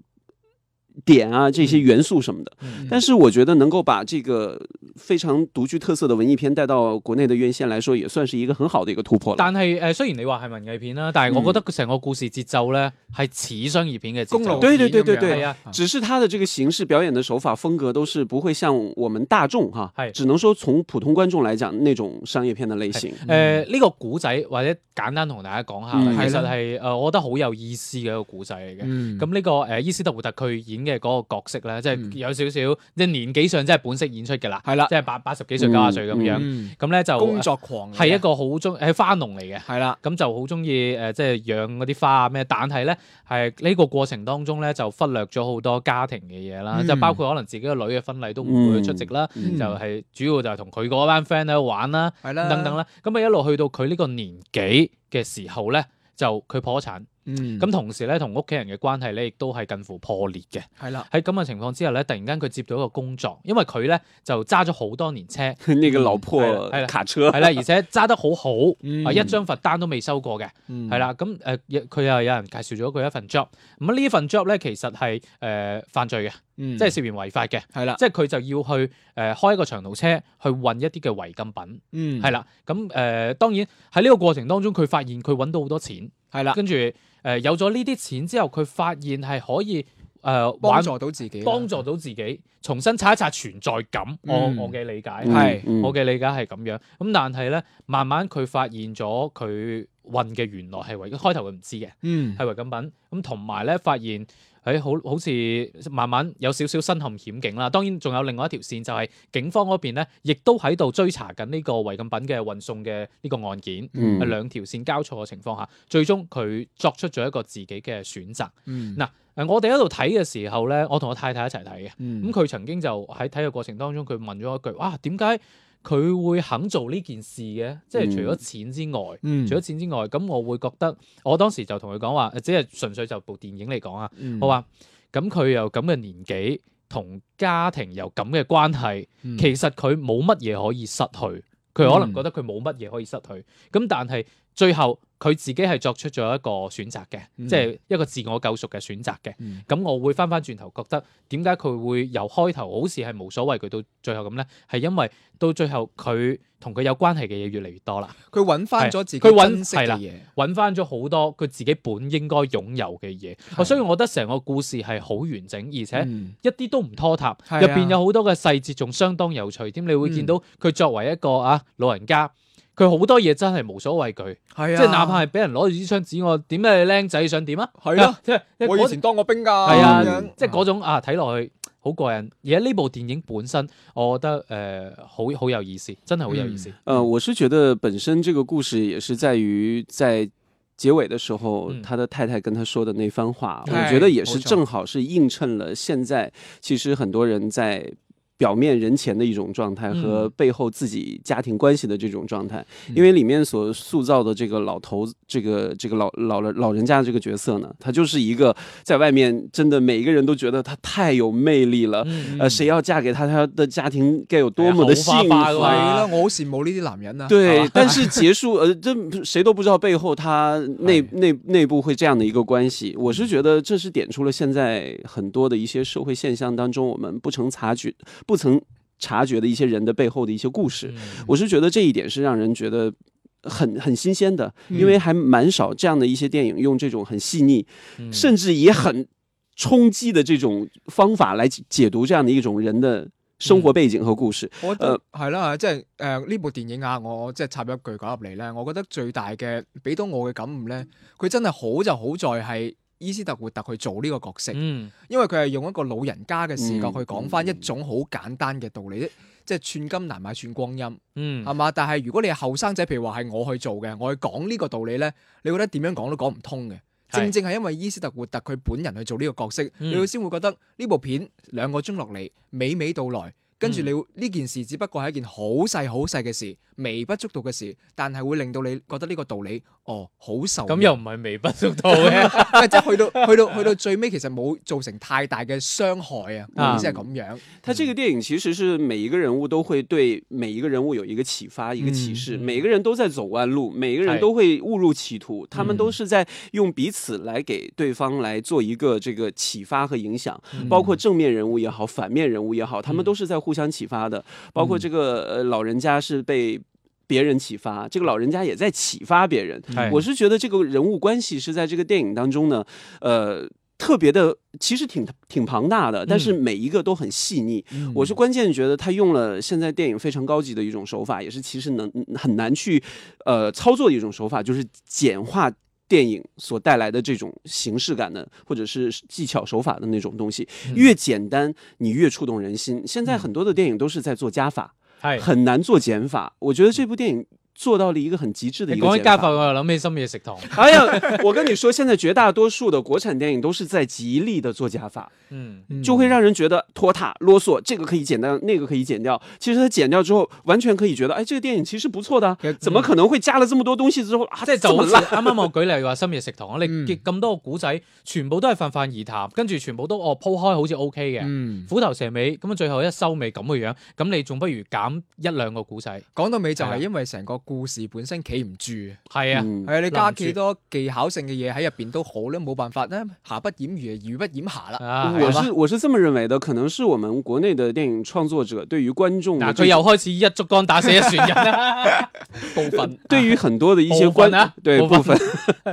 [SPEAKER 4] 点啊，这些元素什么的。
[SPEAKER 2] 嗯
[SPEAKER 4] 但是我觉得能够把这个非常独具特色的文艺片带到国内的院线来说，也算是一个很好的一个突破了。
[SPEAKER 2] 但係誒、呃，雖然你話係文藝片啦，但係
[SPEAKER 3] 嗯
[SPEAKER 2] 我覺得成個故事節奏咧係似商業片嘅節
[SPEAKER 3] 公
[SPEAKER 2] 奏
[SPEAKER 3] 路。
[SPEAKER 4] 对对
[SPEAKER 3] 片
[SPEAKER 4] 对
[SPEAKER 3] 咁
[SPEAKER 4] 对
[SPEAKER 3] 樣
[SPEAKER 4] 对
[SPEAKER 2] 係啊
[SPEAKER 4] 只是它的这个形式、表演的手法、风格都是不会像我们大众哈
[SPEAKER 2] 嗨，
[SPEAKER 4] 只能说从普通观众来讲那种商业片的类型。
[SPEAKER 2] 誒呢、個古仔或者簡單同大家講下啦，
[SPEAKER 4] 嗯
[SPEAKER 2] 其
[SPEAKER 3] 嗯係
[SPEAKER 2] 實
[SPEAKER 3] 啦
[SPEAKER 2] 係誒、呃我覺得好有意思嘅一個古仔嚟嘅。
[SPEAKER 3] 嗯
[SPEAKER 2] 咁呢、個誒、呃伊斯特胡特佢演嘅嗰個角色咧，即係
[SPEAKER 3] 嗯
[SPEAKER 2] 有少少即係年紀上真係本色演出嘅啦，
[SPEAKER 3] 係啦
[SPEAKER 2] 即係八八十幾歲九廿歲咁
[SPEAKER 4] 嗯
[SPEAKER 2] 樣。
[SPEAKER 3] 嗯
[SPEAKER 2] 咁咧、就
[SPEAKER 3] 工作狂嚟嘅
[SPEAKER 2] 係一個好中係花農嚟嘅。
[SPEAKER 3] 係啦，
[SPEAKER 2] 咁就好中意呃誒，即係養嗰啲花啊咩，但係咧係呢個過程當中咧就忽略咗好多家庭嘅嘢啦，
[SPEAKER 3] 嗯
[SPEAKER 2] 即係包括可能自己個女嘅婚禮都唔會去出席啦，
[SPEAKER 4] 嗯
[SPEAKER 2] 就係主要就係同佢嗰班 friend 喺度玩啦，
[SPEAKER 3] 係啦，
[SPEAKER 2] 等等啦，咁啊一路去到佢呢個年紀嘅時候咧，就佢破產，
[SPEAKER 3] 嗯，
[SPEAKER 2] 咁同時咧，同屋企人嘅關係咧，亦都係近乎破裂嘅。
[SPEAKER 3] 系啦，
[SPEAKER 2] 喺咁嘅情況之下咧，突然間佢接到一個工作，因為佢咧就揸咗好多年車，
[SPEAKER 4] 那个老
[SPEAKER 2] 嗯哎呀
[SPEAKER 4] 破
[SPEAKER 2] 哎呀
[SPEAKER 4] 卡车
[SPEAKER 2] 係啦，而且揸得好好，
[SPEAKER 3] 嗯
[SPEAKER 2] 啊一張罰單都未收過嘅，
[SPEAKER 3] 嗯
[SPEAKER 2] 係，啦。咁誒，亦佢又有人介紹咗佢一份 job，咁呢份 job 咧其實係誒犯罪嘅，
[SPEAKER 3] 即
[SPEAKER 2] 即係涉嫌違法嘅，
[SPEAKER 3] 系嗯啦，
[SPEAKER 2] 即係佢就要去誒開一個長途車去運一啲嘅違禁品，
[SPEAKER 3] 嗯
[SPEAKER 2] 係啦。咁誒當然喺呢個過程當中，佢發現佢揾到好多錢。
[SPEAKER 3] 系啦，
[SPEAKER 2] 跟住誒、呃有咗呢啲錢之後，佢發現係可以誒、呃、
[SPEAKER 3] 帮
[SPEAKER 2] 玩
[SPEAKER 3] 助到自己啦，
[SPEAKER 2] 幫助到自己，重新刷一刷存在感。
[SPEAKER 3] 嗯
[SPEAKER 2] 我我嘅理解
[SPEAKER 4] 嗯
[SPEAKER 2] 係，
[SPEAKER 3] 係
[SPEAKER 4] 嗯
[SPEAKER 2] 我嘅理解係咁樣。咁但係咧，慢慢佢發現咗佢運嘅原來係違，開頭佢唔知嘅
[SPEAKER 3] 嗯，
[SPEAKER 2] 係違禁品。咁同埋咧發現。誒好好似慢慢有少少身陷險境啦，當然仲有另外一條線就係警方嗰邊咧，亦都喺度追查緊呢個違禁品嘅運送嘅呢個案件。
[SPEAKER 4] 嗯
[SPEAKER 2] 喺兩條線交錯嘅情況下，最終佢作出咗一個自己嘅選擇。
[SPEAKER 3] 嗯，
[SPEAKER 2] 嗱誒，我哋喺度睇嘅時候咧，我同我太太一齊睇嘅。咁
[SPEAKER 3] 嗯，
[SPEAKER 2] 佢曾經就喺睇嘅過程當中，佢問咗一句：哇，點解佢會肯做呢件事嘅？即係除咗錢之外，
[SPEAKER 3] 嗯，
[SPEAKER 2] 除咗錢之外，咁我會覺得，我當時就同佢講話，誒只係純粹就部電影嚟講啊。
[SPEAKER 3] 嗯
[SPEAKER 2] 我，話咁佢又咁嘅年紀，同家庭又咁嘅關係。
[SPEAKER 3] 嗯
[SPEAKER 2] 其實佢冇乜嘢可以失去，佢可
[SPEAKER 3] 嗯
[SPEAKER 2] 能覺得佢冇乜嘢可以失去，咁但係最後佢自己係作出咗一個選擇嘅，
[SPEAKER 3] 嗯
[SPEAKER 2] 即係一個自我救贖嘅選擇嘅。
[SPEAKER 3] 嗯
[SPEAKER 2] 咁我會翻翻轉頭覺得點解佢會由開頭好似係無所謂，佢到最後咁呢？係因為到最後佢同佢有關係嘅嘢越嚟越多 啦，
[SPEAKER 3] 佢揾翻咗自己
[SPEAKER 2] 係佢揾
[SPEAKER 3] 珍惜
[SPEAKER 2] 係
[SPEAKER 3] 嘅
[SPEAKER 2] 啦
[SPEAKER 3] 嘢，
[SPEAKER 2] 揾翻咗好多佢自己本應該擁有嘅嘢，
[SPEAKER 3] 係
[SPEAKER 2] 所以我覺得成個故事係好完整，而且
[SPEAKER 3] 嗯
[SPEAKER 2] 一啲都唔拖沓，
[SPEAKER 3] 係啊嗯
[SPEAKER 2] 入邊有好多嘅細節仲相當有趣添。你會見到佢作為一個啊老人家，佢好多嘢真係無所畏懼，
[SPEAKER 3] 係啊，
[SPEAKER 2] 即係哪怕係俾人攞住支槍指我，點解你僆仔想點啊？
[SPEAKER 3] 係咯，
[SPEAKER 2] 即係即係
[SPEAKER 3] 我以
[SPEAKER 2] 嗰
[SPEAKER 3] 前當過兵㗎，
[SPEAKER 2] 係啊
[SPEAKER 3] 咁樣
[SPEAKER 2] 即係嗰種啊睇落去好過癮。而家呢部電影本身，我覺得誒呃好好有意思，真係好有意思。
[SPEAKER 4] 呃，我是觉得本身这个故事也是在于在结尾的时候，
[SPEAKER 2] 嗯
[SPEAKER 4] 他的太太跟他说的那番话，
[SPEAKER 3] 哎
[SPEAKER 4] 我觉得也是
[SPEAKER 3] 没错
[SPEAKER 4] 正好是映衬了现在其实很多人在。表面人前的一种状态
[SPEAKER 2] 嗯
[SPEAKER 4] 和背后自己家庭关系的这种状态，因为里面所塑造的这个老头，这个这个老老人老人家这个角色呢，他就是一个在外面真的每一个人都觉得他太有魅力了，
[SPEAKER 2] 嗯
[SPEAKER 4] 呃，谁要嫁给他，他的家庭该有多么的
[SPEAKER 2] 哎呀好
[SPEAKER 4] 幸
[SPEAKER 2] 花
[SPEAKER 4] 福
[SPEAKER 2] 花
[SPEAKER 4] 啊
[SPEAKER 2] 哇
[SPEAKER 3] 係啦，我好羨慕呢啲男人啊，
[SPEAKER 4] 对
[SPEAKER 3] 係，
[SPEAKER 4] 但是结束，呃，这谁都不知道背后他内
[SPEAKER 3] 哎
[SPEAKER 4] 内内部会这样的一个关系。我
[SPEAKER 2] 嗯
[SPEAKER 4] 是觉得这是点出了现在很多的一些社会现象当中，我们不曾察觉、不曾察觉的一些人的背后的一些故事。
[SPEAKER 2] 嗯
[SPEAKER 4] 我是觉得这一点是让人觉得。很很新鲜的，因为还蛮少这样的一些电影用这种很细腻，
[SPEAKER 2] 嗯
[SPEAKER 4] 甚至也很冲击的这种方法来解解读这样的一种人的生活背景和故
[SPEAKER 2] 嗯
[SPEAKER 4] 事。
[SPEAKER 3] 我覺得係啦，即係誒呢部電影啊，我即係插一句講入嚟咧，我覺得最大嘅俾到我嘅感悟
[SPEAKER 4] 嗯
[SPEAKER 3] 咧，佢真係好就好在係伊斯特活特去做呢個角色，
[SPEAKER 2] 嗯
[SPEAKER 3] 因為佢係用一個老人家嘅視角去講翻
[SPEAKER 4] 嗯
[SPEAKER 3] 一種好簡單嘅道理，即係寸金難買寸光陰，
[SPEAKER 2] 嗯
[SPEAKER 3] 係嘛？但係如果你係後生仔，譬如話係我去做嘅，我去講呢個道理咧，你覺得點樣講都講唔通嘅。
[SPEAKER 2] 係
[SPEAKER 3] 正正係因為伊斯特活特佢本人去做呢個角色，
[SPEAKER 2] 嗯
[SPEAKER 3] 你會先會覺得呢部片兩個鐘落嚟娓娓道來，跟住
[SPEAKER 2] 嗯
[SPEAKER 3] 你會呢件事只不過係一件好細好細嘅事，微不足道嘅事，但係會令到你覺得呢個道理哦好受用。
[SPEAKER 2] 咁又唔係微不足道 嘅，
[SPEAKER 3] 唔 係即係去到去到去到最尾，其實冇造成太大嘅傷害啊，我意思係咁樣。
[SPEAKER 4] 他这个电影其实是每一个人物都会对每一个人物有一个启发、一个启示，
[SPEAKER 2] 嗯
[SPEAKER 4] 每个人都在走弯路，每个人
[SPEAKER 2] 哎
[SPEAKER 4] 都会误入歧途，他
[SPEAKER 2] 嗯
[SPEAKER 4] 们都是在用彼此来给对方来做一个这个启发和影响，
[SPEAKER 2] 嗯
[SPEAKER 4] 包括正面人物也好，反面人物也好，他们
[SPEAKER 2] 嗯
[SPEAKER 4] 都是在互相启发的，包括这个呃老人家是被。别人启发，这个老人家也在启发别人。
[SPEAKER 2] 哎
[SPEAKER 4] 我是觉得这个人物关系是在这个电影当中呢，呃，特别的，其实挺挺庞大的，但是
[SPEAKER 2] 嗯
[SPEAKER 4] 每一个都很细腻。我是关键觉得他用了现在电影非常高级的一种手法，也是其实能很难去呃操作的一种手法，就是简化。电影所带来的这种形式感的，或者是技巧手法的那种东西，
[SPEAKER 2] 嗯
[SPEAKER 4] 越简单你越触动人心。现在很多的电影都是在做加法，
[SPEAKER 2] 係
[SPEAKER 4] 很难做减法。我觉得这部电影做到了一个很极致的一
[SPEAKER 2] 你
[SPEAKER 4] 个
[SPEAKER 2] 講起
[SPEAKER 4] 减
[SPEAKER 2] 哎加
[SPEAKER 4] 法
[SPEAKER 2] 法，。我又諗起深夜食堂。
[SPEAKER 4] 哎呀，我跟你说，现在绝大多数的国产电影都是在极力的做加法，
[SPEAKER 2] 嗯，
[SPEAKER 4] 就会让人觉得拖沓、啰嗦，这个可以剪掉，那个可以剪掉。其实它剪掉之后，完全可以觉得，哎，这个电影其实不错的啊
[SPEAKER 3] 嗯，
[SPEAKER 4] 怎么可能会加了这么多东西之后啊，
[SPEAKER 2] 即係
[SPEAKER 4] 这
[SPEAKER 2] 就
[SPEAKER 4] 么
[SPEAKER 2] 好似
[SPEAKER 4] 烂？
[SPEAKER 2] 啱啱我舉例話深夜食堂，你
[SPEAKER 3] 嗯
[SPEAKER 2] 咁多個古仔，全部都係泛泛而談，跟住全部都哦鋪開好似 O K 嘅。
[SPEAKER 3] 嗯，
[SPEAKER 2] 虎頭蛇尾咁啊，最後一收尾咁嘅樣，咁你仲不如減一兩個古仔。
[SPEAKER 3] 講到尾就
[SPEAKER 2] 係啊
[SPEAKER 3] 係因為成個故事本身企唔住。
[SPEAKER 2] 係啊，
[SPEAKER 4] 嗯
[SPEAKER 3] 係啊，你加
[SPEAKER 2] 攔住
[SPEAKER 3] 幾多技巧性嘅嘢喺入邊都好咧，冇辦法咧，瑕不掩瑜，瑜不掩瑕啦。
[SPEAKER 2] 啊，
[SPEAKER 4] 我
[SPEAKER 2] 係啊
[SPEAKER 4] 是嗯我是这么认为的，可能是我们国内的电影创作者对于观众的
[SPEAKER 2] 嗱，
[SPEAKER 4] 这
[SPEAKER 2] 佢
[SPEAKER 4] 种
[SPEAKER 2] 又開始一竹竿打死一船人啦，部分
[SPEAKER 4] 对于很多的一些
[SPEAKER 2] 部
[SPEAKER 4] 观
[SPEAKER 2] 分啊
[SPEAKER 4] 对
[SPEAKER 2] 部
[SPEAKER 4] 部分，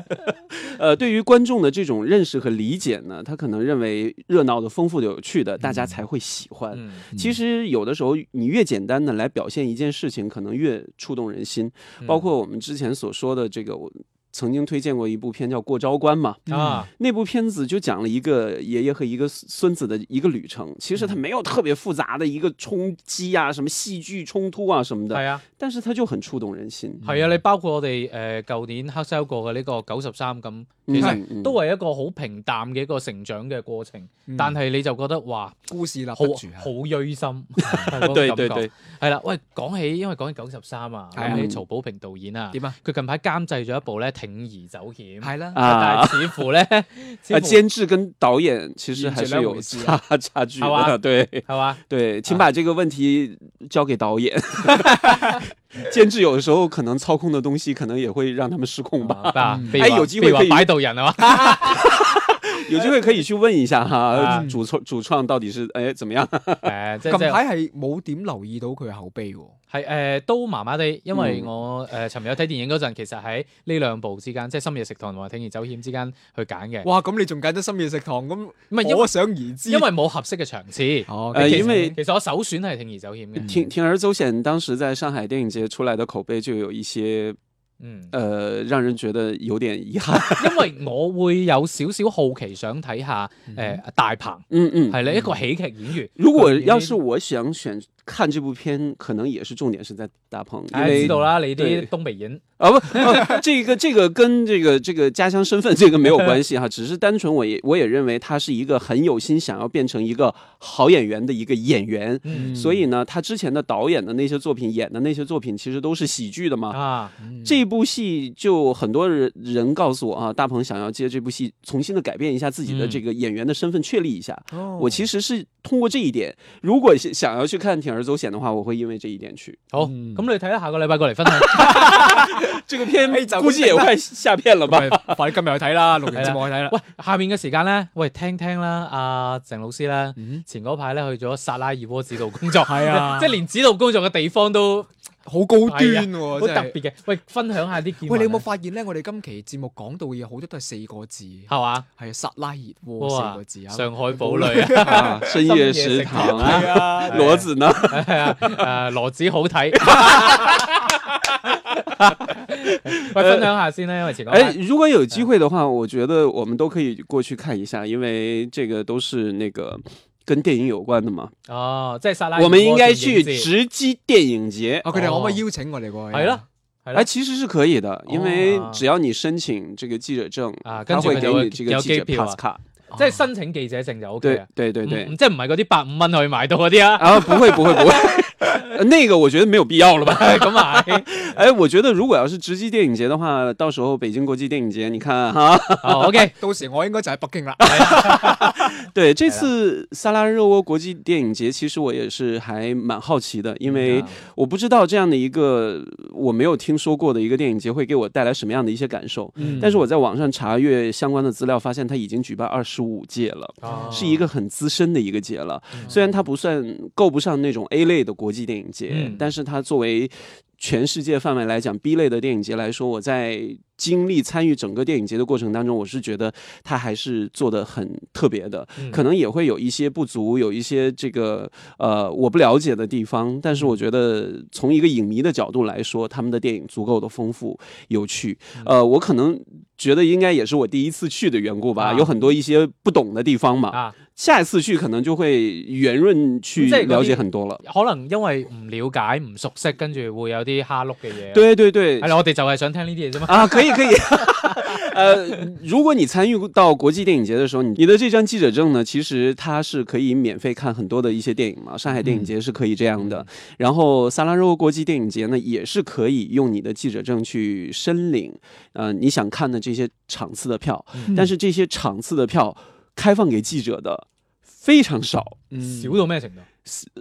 [SPEAKER 4] 呃，对于观众的这种认识和理解呢，他可能认为热闹的、丰富的、有趣的，大家才会喜欢。
[SPEAKER 2] 嗯
[SPEAKER 4] 其实有的时候，你越简单的来表现一件事情，可能越触动人
[SPEAKER 2] 嗯
[SPEAKER 4] 心。包括我们之前所说的这个，我曾经推荐过一部片叫《过昭关》嘛，嗯
[SPEAKER 2] 啊，
[SPEAKER 4] 那部片子就讲了一个爷爷和一个孙子的一个旅程。其
[SPEAKER 2] 嗯
[SPEAKER 4] 实它没有特别复杂的一个冲击啊，什么戏剧冲突啊什么的，
[SPEAKER 2] 係啊。
[SPEAKER 4] 但是它就很触动人心。
[SPEAKER 2] 係啊，你包括我哋誒舊年黑 sell 過嘅呢個九十三咁，
[SPEAKER 4] 嗯
[SPEAKER 2] 其
[SPEAKER 4] 嗯嗯
[SPEAKER 2] 實都係一個好平淡嘅一個成長嘅過程，但係你就覺得哇，
[SPEAKER 3] 故事立
[SPEAKER 2] 好
[SPEAKER 3] 得住啊
[SPEAKER 2] 好，鋭 心，係嗰個
[SPEAKER 4] 对
[SPEAKER 2] 感
[SPEAKER 4] 对
[SPEAKER 2] 覺
[SPEAKER 4] 对，
[SPEAKER 2] 係啦。喂，講起因為講起九十三啊，
[SPEAKER 3] 係啊
[SPEAKER 2] 講起曹保平導演
[SPEAKER 4] 嗯
[SPEAKER 2] 啊，
[SPEAKER 3] 點啊？
[SPEAKER 2] 佢近排監製咗一部咧《鋌而走險》，
[SPEAKER 3] 係啦，
[SPEAKER 2] 但
[SPEAKER 4] 啊
[SPEAKER 2] 係似乎咧，似 乎
[SPEAKER 4] 啊，监制跟导演其
[SPEAKER 2] 嗯
[SPEAKER 4] 实还是有
[SPEAKER 3] 完全
[SPEAKER 4] 差 差距
[SPEAKER 2] 好吧
[SPEAKER 4] 的，对
[SPEAKER 2] 係嘛？
[SPEAKER 4] 对，请把这个问题交给 导演。 监制有的时候可能操控的东西，可能也会让他们失控吧。
[SPEAKER 2] 啊，譬如
[SPEAKER 4] 哎
[SPEAKER 2] 話
[SPEAKER 4] 有機會
[SPEAKER 2] 譬如話
[SPEAKER 4] 可以
[SPEAKER 2] 擺渡人啊嘛。
[SPEAKER 4] 有机会可以去问一下哈呃
[SPEAKER 2] 啊，
[SPEAKER 4] 主创主创到底是哎怎么样？
[SPEAKER 2] 誒，即
[SPEAKER 3] 近
[SPEAKER 2] 係即係
[SPEAKER 3] 排係冇點留意到佢後背喎。
[SPEAKER 2] 係誒、都麻麻地，因為
[SPEAKER 4] 嗯
[SPEAKER 2] 我誒尋日有睇電影嗰陣，其實喺呢兩部之間，即係深夜食堂同埋鋌而走險之間去揀嘅，
[SPEAKER 3] 哇，咁你仲揀得深夜食堂咁，
[SPEAKER 2] 唔係因為
[SPEAKER 3] 可想而知。
[SPEAKER 2] 因為冇合適嘅場次。
[SPEAKER 3] 哦，
[SPEAKER 4] 呃，
[SPEAKER 2] 其實
[SPEAKER 4] 因为
[SPEAKER 2] 其實我首選係鋌而走險嘅，
[SPEAKER 4] 铤铤而走险当时在上海电影节出来的口碑就有一些
[SPEAKER 2] 嗯，
[SPEAKER 4] 呃，让人觉得有点遗憾。
[SPEAKER 2] 因為我會有少少好奇想睇下誒、大鵬
[SPEAKER 4] 嗯嗯，
[SPEAKER 2] 係你一個喜劇演員，嗯
[SPEAKER 4] 如果
[SPEAKER 2] 佢演
[SPEAKER 4] 要是我想选看这部片，可能也是重点是在大鹏，因
[SPEAKER 2] 唉
[SPEAKER 4] 为
[SPEAKER 2] 知道啦，你啲
[SPEAKER 4] 對
[SPEAKER 2] 東北人
[SPEAKER 4] 啊不，啊这个这个跟这个这个家乡身份这个没有关系哈，只是单纯我也我也认为他是一个很有心想要变成一个好演员的一个演员，
[SPEAKER 2] 嗯
[SPEAKER 4] 所以呢，他之前的导演的那些作品演的那些作品其实都是喜剧的嘛。
[SPEAKER 2] 啊，
[SPEAKER 4] 这部戏就很多人人告诉我啊，大鹏想要借这部戏重新的改变一下自己的
[SPEAKER 2] 嗯
[SPEAKER 4] 这个演员的身份，确立一下。我
[SPEAKER 3] 我
[SPEAKER 4] 其实是通过这一点，如果是想要去看《铤而走险》的话，我会因为这一点去。
[SPEAKER 2] 好，咁、
[SPEAKER 4] 嗯
[SPEAKER 2] 你睇啦，下個禮拜過嚟分享。
[SPEAKER 4] 这个片
[SPEAKER 3] 哎早
[SPEAKER 4] 估计也 快下片了吧？
[SPEAKER 3] 快啲今日去睇 啦，錄完節目去睇啦。
[SPEAKER 2] 喂，下面嘅時間咧，喂，聽聽啦，阿、鄭老師啦，前嗰排咧去咗撒拉熱窩指導工作，
[SPEAKER 3] 嗯 係 啊
[SPEAKER 2] 即係連指導工作嘅地方都好
[SPEAKER 3] 好高端
[SPEAKER 2] 係啊
[SPEAKER 3] 喎，
[SPEAKER 2] 特
[SPEAKER 3] 真係
[SPEAKER 2] 別。嘅。喂，分享下啲見聞啊
[SPEAKER 3] 喂，你有冇發現咧？我哋今期節目講到嘅嘢好多都係四個字，係
[SPEAKER 2] 係嘛？
[SPEAKER 3] 啊，撒拉熱窩四
[SPEAKER 2] 哇
[SPEAKER 3] 個字，啊。
[SPEAKER 2] 上海堡壘啊，
[SPEAKER 4] 啊，深夜食堂啊， 骡子呢？
[SPEAKER 2] 係啊，誒，羅子好 睇。 喂，分享下先啦，因為前嗰
[SPEAKER 4] 哎，
[SPEAKER 2] 排
[SPEAKER 4] 如果有机会的话，我觉得我们都可以过去看一下，因为这个都是那个跟电影有关的嘛。
[SPEAKER 2] 哦，即係撒拉熱窩
[SPEAKER 4] 我们应该去
[SPEAKER 2] 電影節
[SPEAKER 4] 直击電影节
[SPEAKER 3] 啊，。佢哋可唔可以邀請我哋過去啊？
[SPEAKER 2] 係咯。係
[SPEAKER 4] 哎，
[SPEAKER 2] 啦，
[SPEAKER 4] 其实是可以的，因为
[SPEAKER 2] 哦
[SPEAKER 4] 只要你申请这个记者证
[SPEAKER 2] 啊跟
[SPEAKER 4] 他
[SPEAKER 2] 住
[SPEAKER 4] 会
[SPEAKER 2] 佢
[SPEAKER 4] 给
[SPEAKER 2] 就會
[SPEAKER 4] 你这个
[SPEAKER 2] 有
[SPEAKER 4] 记者
[SPEAKER 2] 機票啊
[SPEAKER 4] pass 卡。
[SPEAKER 2] 即係申請記者證就 O K
[SPEAKER 4] 对
[SPEAKER 2] 啊。
[SPEAKER 4] 对对对
[SPEAKER 2] 唔，即係唔係嗰啲百五蚊可以買到嗰啲啊？
[SPEAKER 4] 啊，不会不会不会， 那个我觉得没有必要了 吧。
[SPEAKER 2] 咁啊係，
[SPEAKER 4] 哎，我觉得如果要是直击电影节的话，到时候北京国际电影节，你看啊哈，
[SPEAKER 2] 哦 O K，
[SPEAKER 3] 到時我應該就喺北京啦。
[SPEAKER 4] 对，这次萨拉热窝国际电影节，其实我也是还蛮好奇的，
[SPEAKER 2] 嗯
[SPEAKER 4] 因为我不知道这样的一个我没有听说过的一个电影节会给我带来什么样的一些感受。
[SPEAKER 2] 嗯
[SPEAKER 4] 但是我在网上查阅相关的资料，发现它已经举办二十五届了。
[SPEAKER 2] 哦
[SPEAKER 4] 是一个很资深的一个节了，
[SPEAKER 2] 嗯
[SPEAKER 4] 虽然它不算够不上那种 A 类的国际电影节，
[SPEAKER 2] 嗯
[SPEAKER 4] 但是它作为全世界范围来讲 B 类的电影节来说，我在经历参与整个电影节的过程当中，我是觉得它还是做的很特别的，
[SPEAKER 2] 嗯
[SPEAKER 4] 可能也会有一些不足，有一些这个呃我不了解的地方，但是我觉得从一个影迷的角度来说，他们的电影足够的丰富有趣，
[SPEAKER 2] 嗯
[SPEAKER 4] 呃，我可能觉得应该也是我第一次去的缘故吧，
[SPEAKER 2] 啊
[SPEAKER 4] 有很多一些不懂的地方嘛，
[SPEAKER 2] 啊，
[SPEAKER 4] 下一次去可能就会圆润去
[SPEAKER 2] 即係嗰啲
[SPEAKER 4] 了解很多了。
[SPEAKER 2] 可能因為唔了解、唔熟悉，跟住會有啲蝦碌嘅嘢。
[SPEAKER 4] 对对对
[SPEAKER 2] 係，啦，我哋就係想聽呢啲嘢啫嘛。
[SPEAKER 4] 啊，可以 可以。呃，如果你参与到国际电影节的时候，你你的这张记者证呢，其实它是可以免费看很多的一些电影嘛。上海电影节是可以这样的，然后萨拉热窝国际电影节呢，也是可以用你的记者证去申领，呃，你想看的这些场次的票，
[SPEAKER 2] 嗯
[SPEAKER 4] 但是这些场次的票开放给记者的非常少，
[SPEAKER 2] 少到咩程度？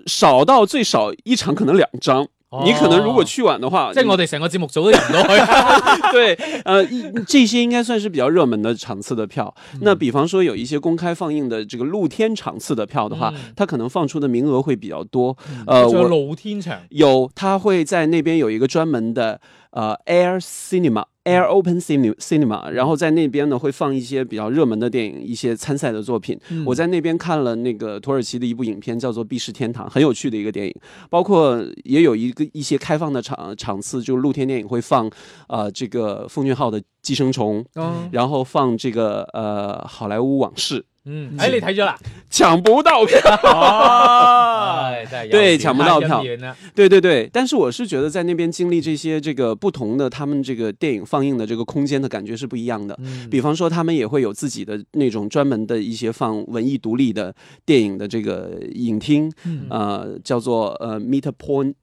[SPEAKER 4] 少到最少一场可能两张。你可能如果
[SPEAKER 2] 哦
[SPEAKER 4] 去晚的话，
[SPEAKER 2] 即係
[SPEAKER 4] 你
[SPEAKER 2] 我哋成個節目組都入唔到去。
[SPEAKER 4] 对，呃，一这些应该算是比较热门的场次的票。
[SPEAKER 2] 嗯
[SPEAKER 4] 那比方说有一些公开放映的这个露天场次的票的话，
[SPEAKER 2] 嗯
[SPEAKER 4] 它可能放出的名额会比较多。呃，
[SPEAKER 2] 仲有
[SPEAKER 4] 我
[SPEAKER 2] 露天場。
[SPEAKER 4] 有，它会在那边有一个专门的呃 Air Cinema。Air Open Cinema Cinema，然后在那边呢会放一些比较热门的电影，一些参赛的作品。我在那边看了那个土耳其的一部影片，叫做《避世天堂》，很有趣的一个电影。包括也有一个一些开放的场场次，就露天电影会放，呃，这个奉俊昊的《寄生虫》，
[SPEAKER 3] 嗯
[SPEAKER 4] 然后放这个呃《好莱坞往事》，
[SPEAKER 2] 嗯，哎，你睇咗啦？
[SPEAKER 4] 抢不到票。 哦
[SPEAKER 2] 唉真係有
[SPEAKER 4] 对
[SPEAKER 2] 時
[SPEAKER 4] 搶唔
[SPEAKER 2] 慳
[SPEAKER 4] 到
[SPEAKER 2] 一
[SPEAKER 4] 票
[SPEAKER 2] 面啊
[SPEAKER 4] 对对对，但是我是觉得在那边经历这些这个不同的他们这个电影放映的这个空间的感觉是不一样的。
[SPEAKER 2] 嗯
[SPEAKER 4] 比方说，他们也会有自己的那种专门的一些放文艺独立的电影的这个影厅，呃，叫做呃 Meet Point。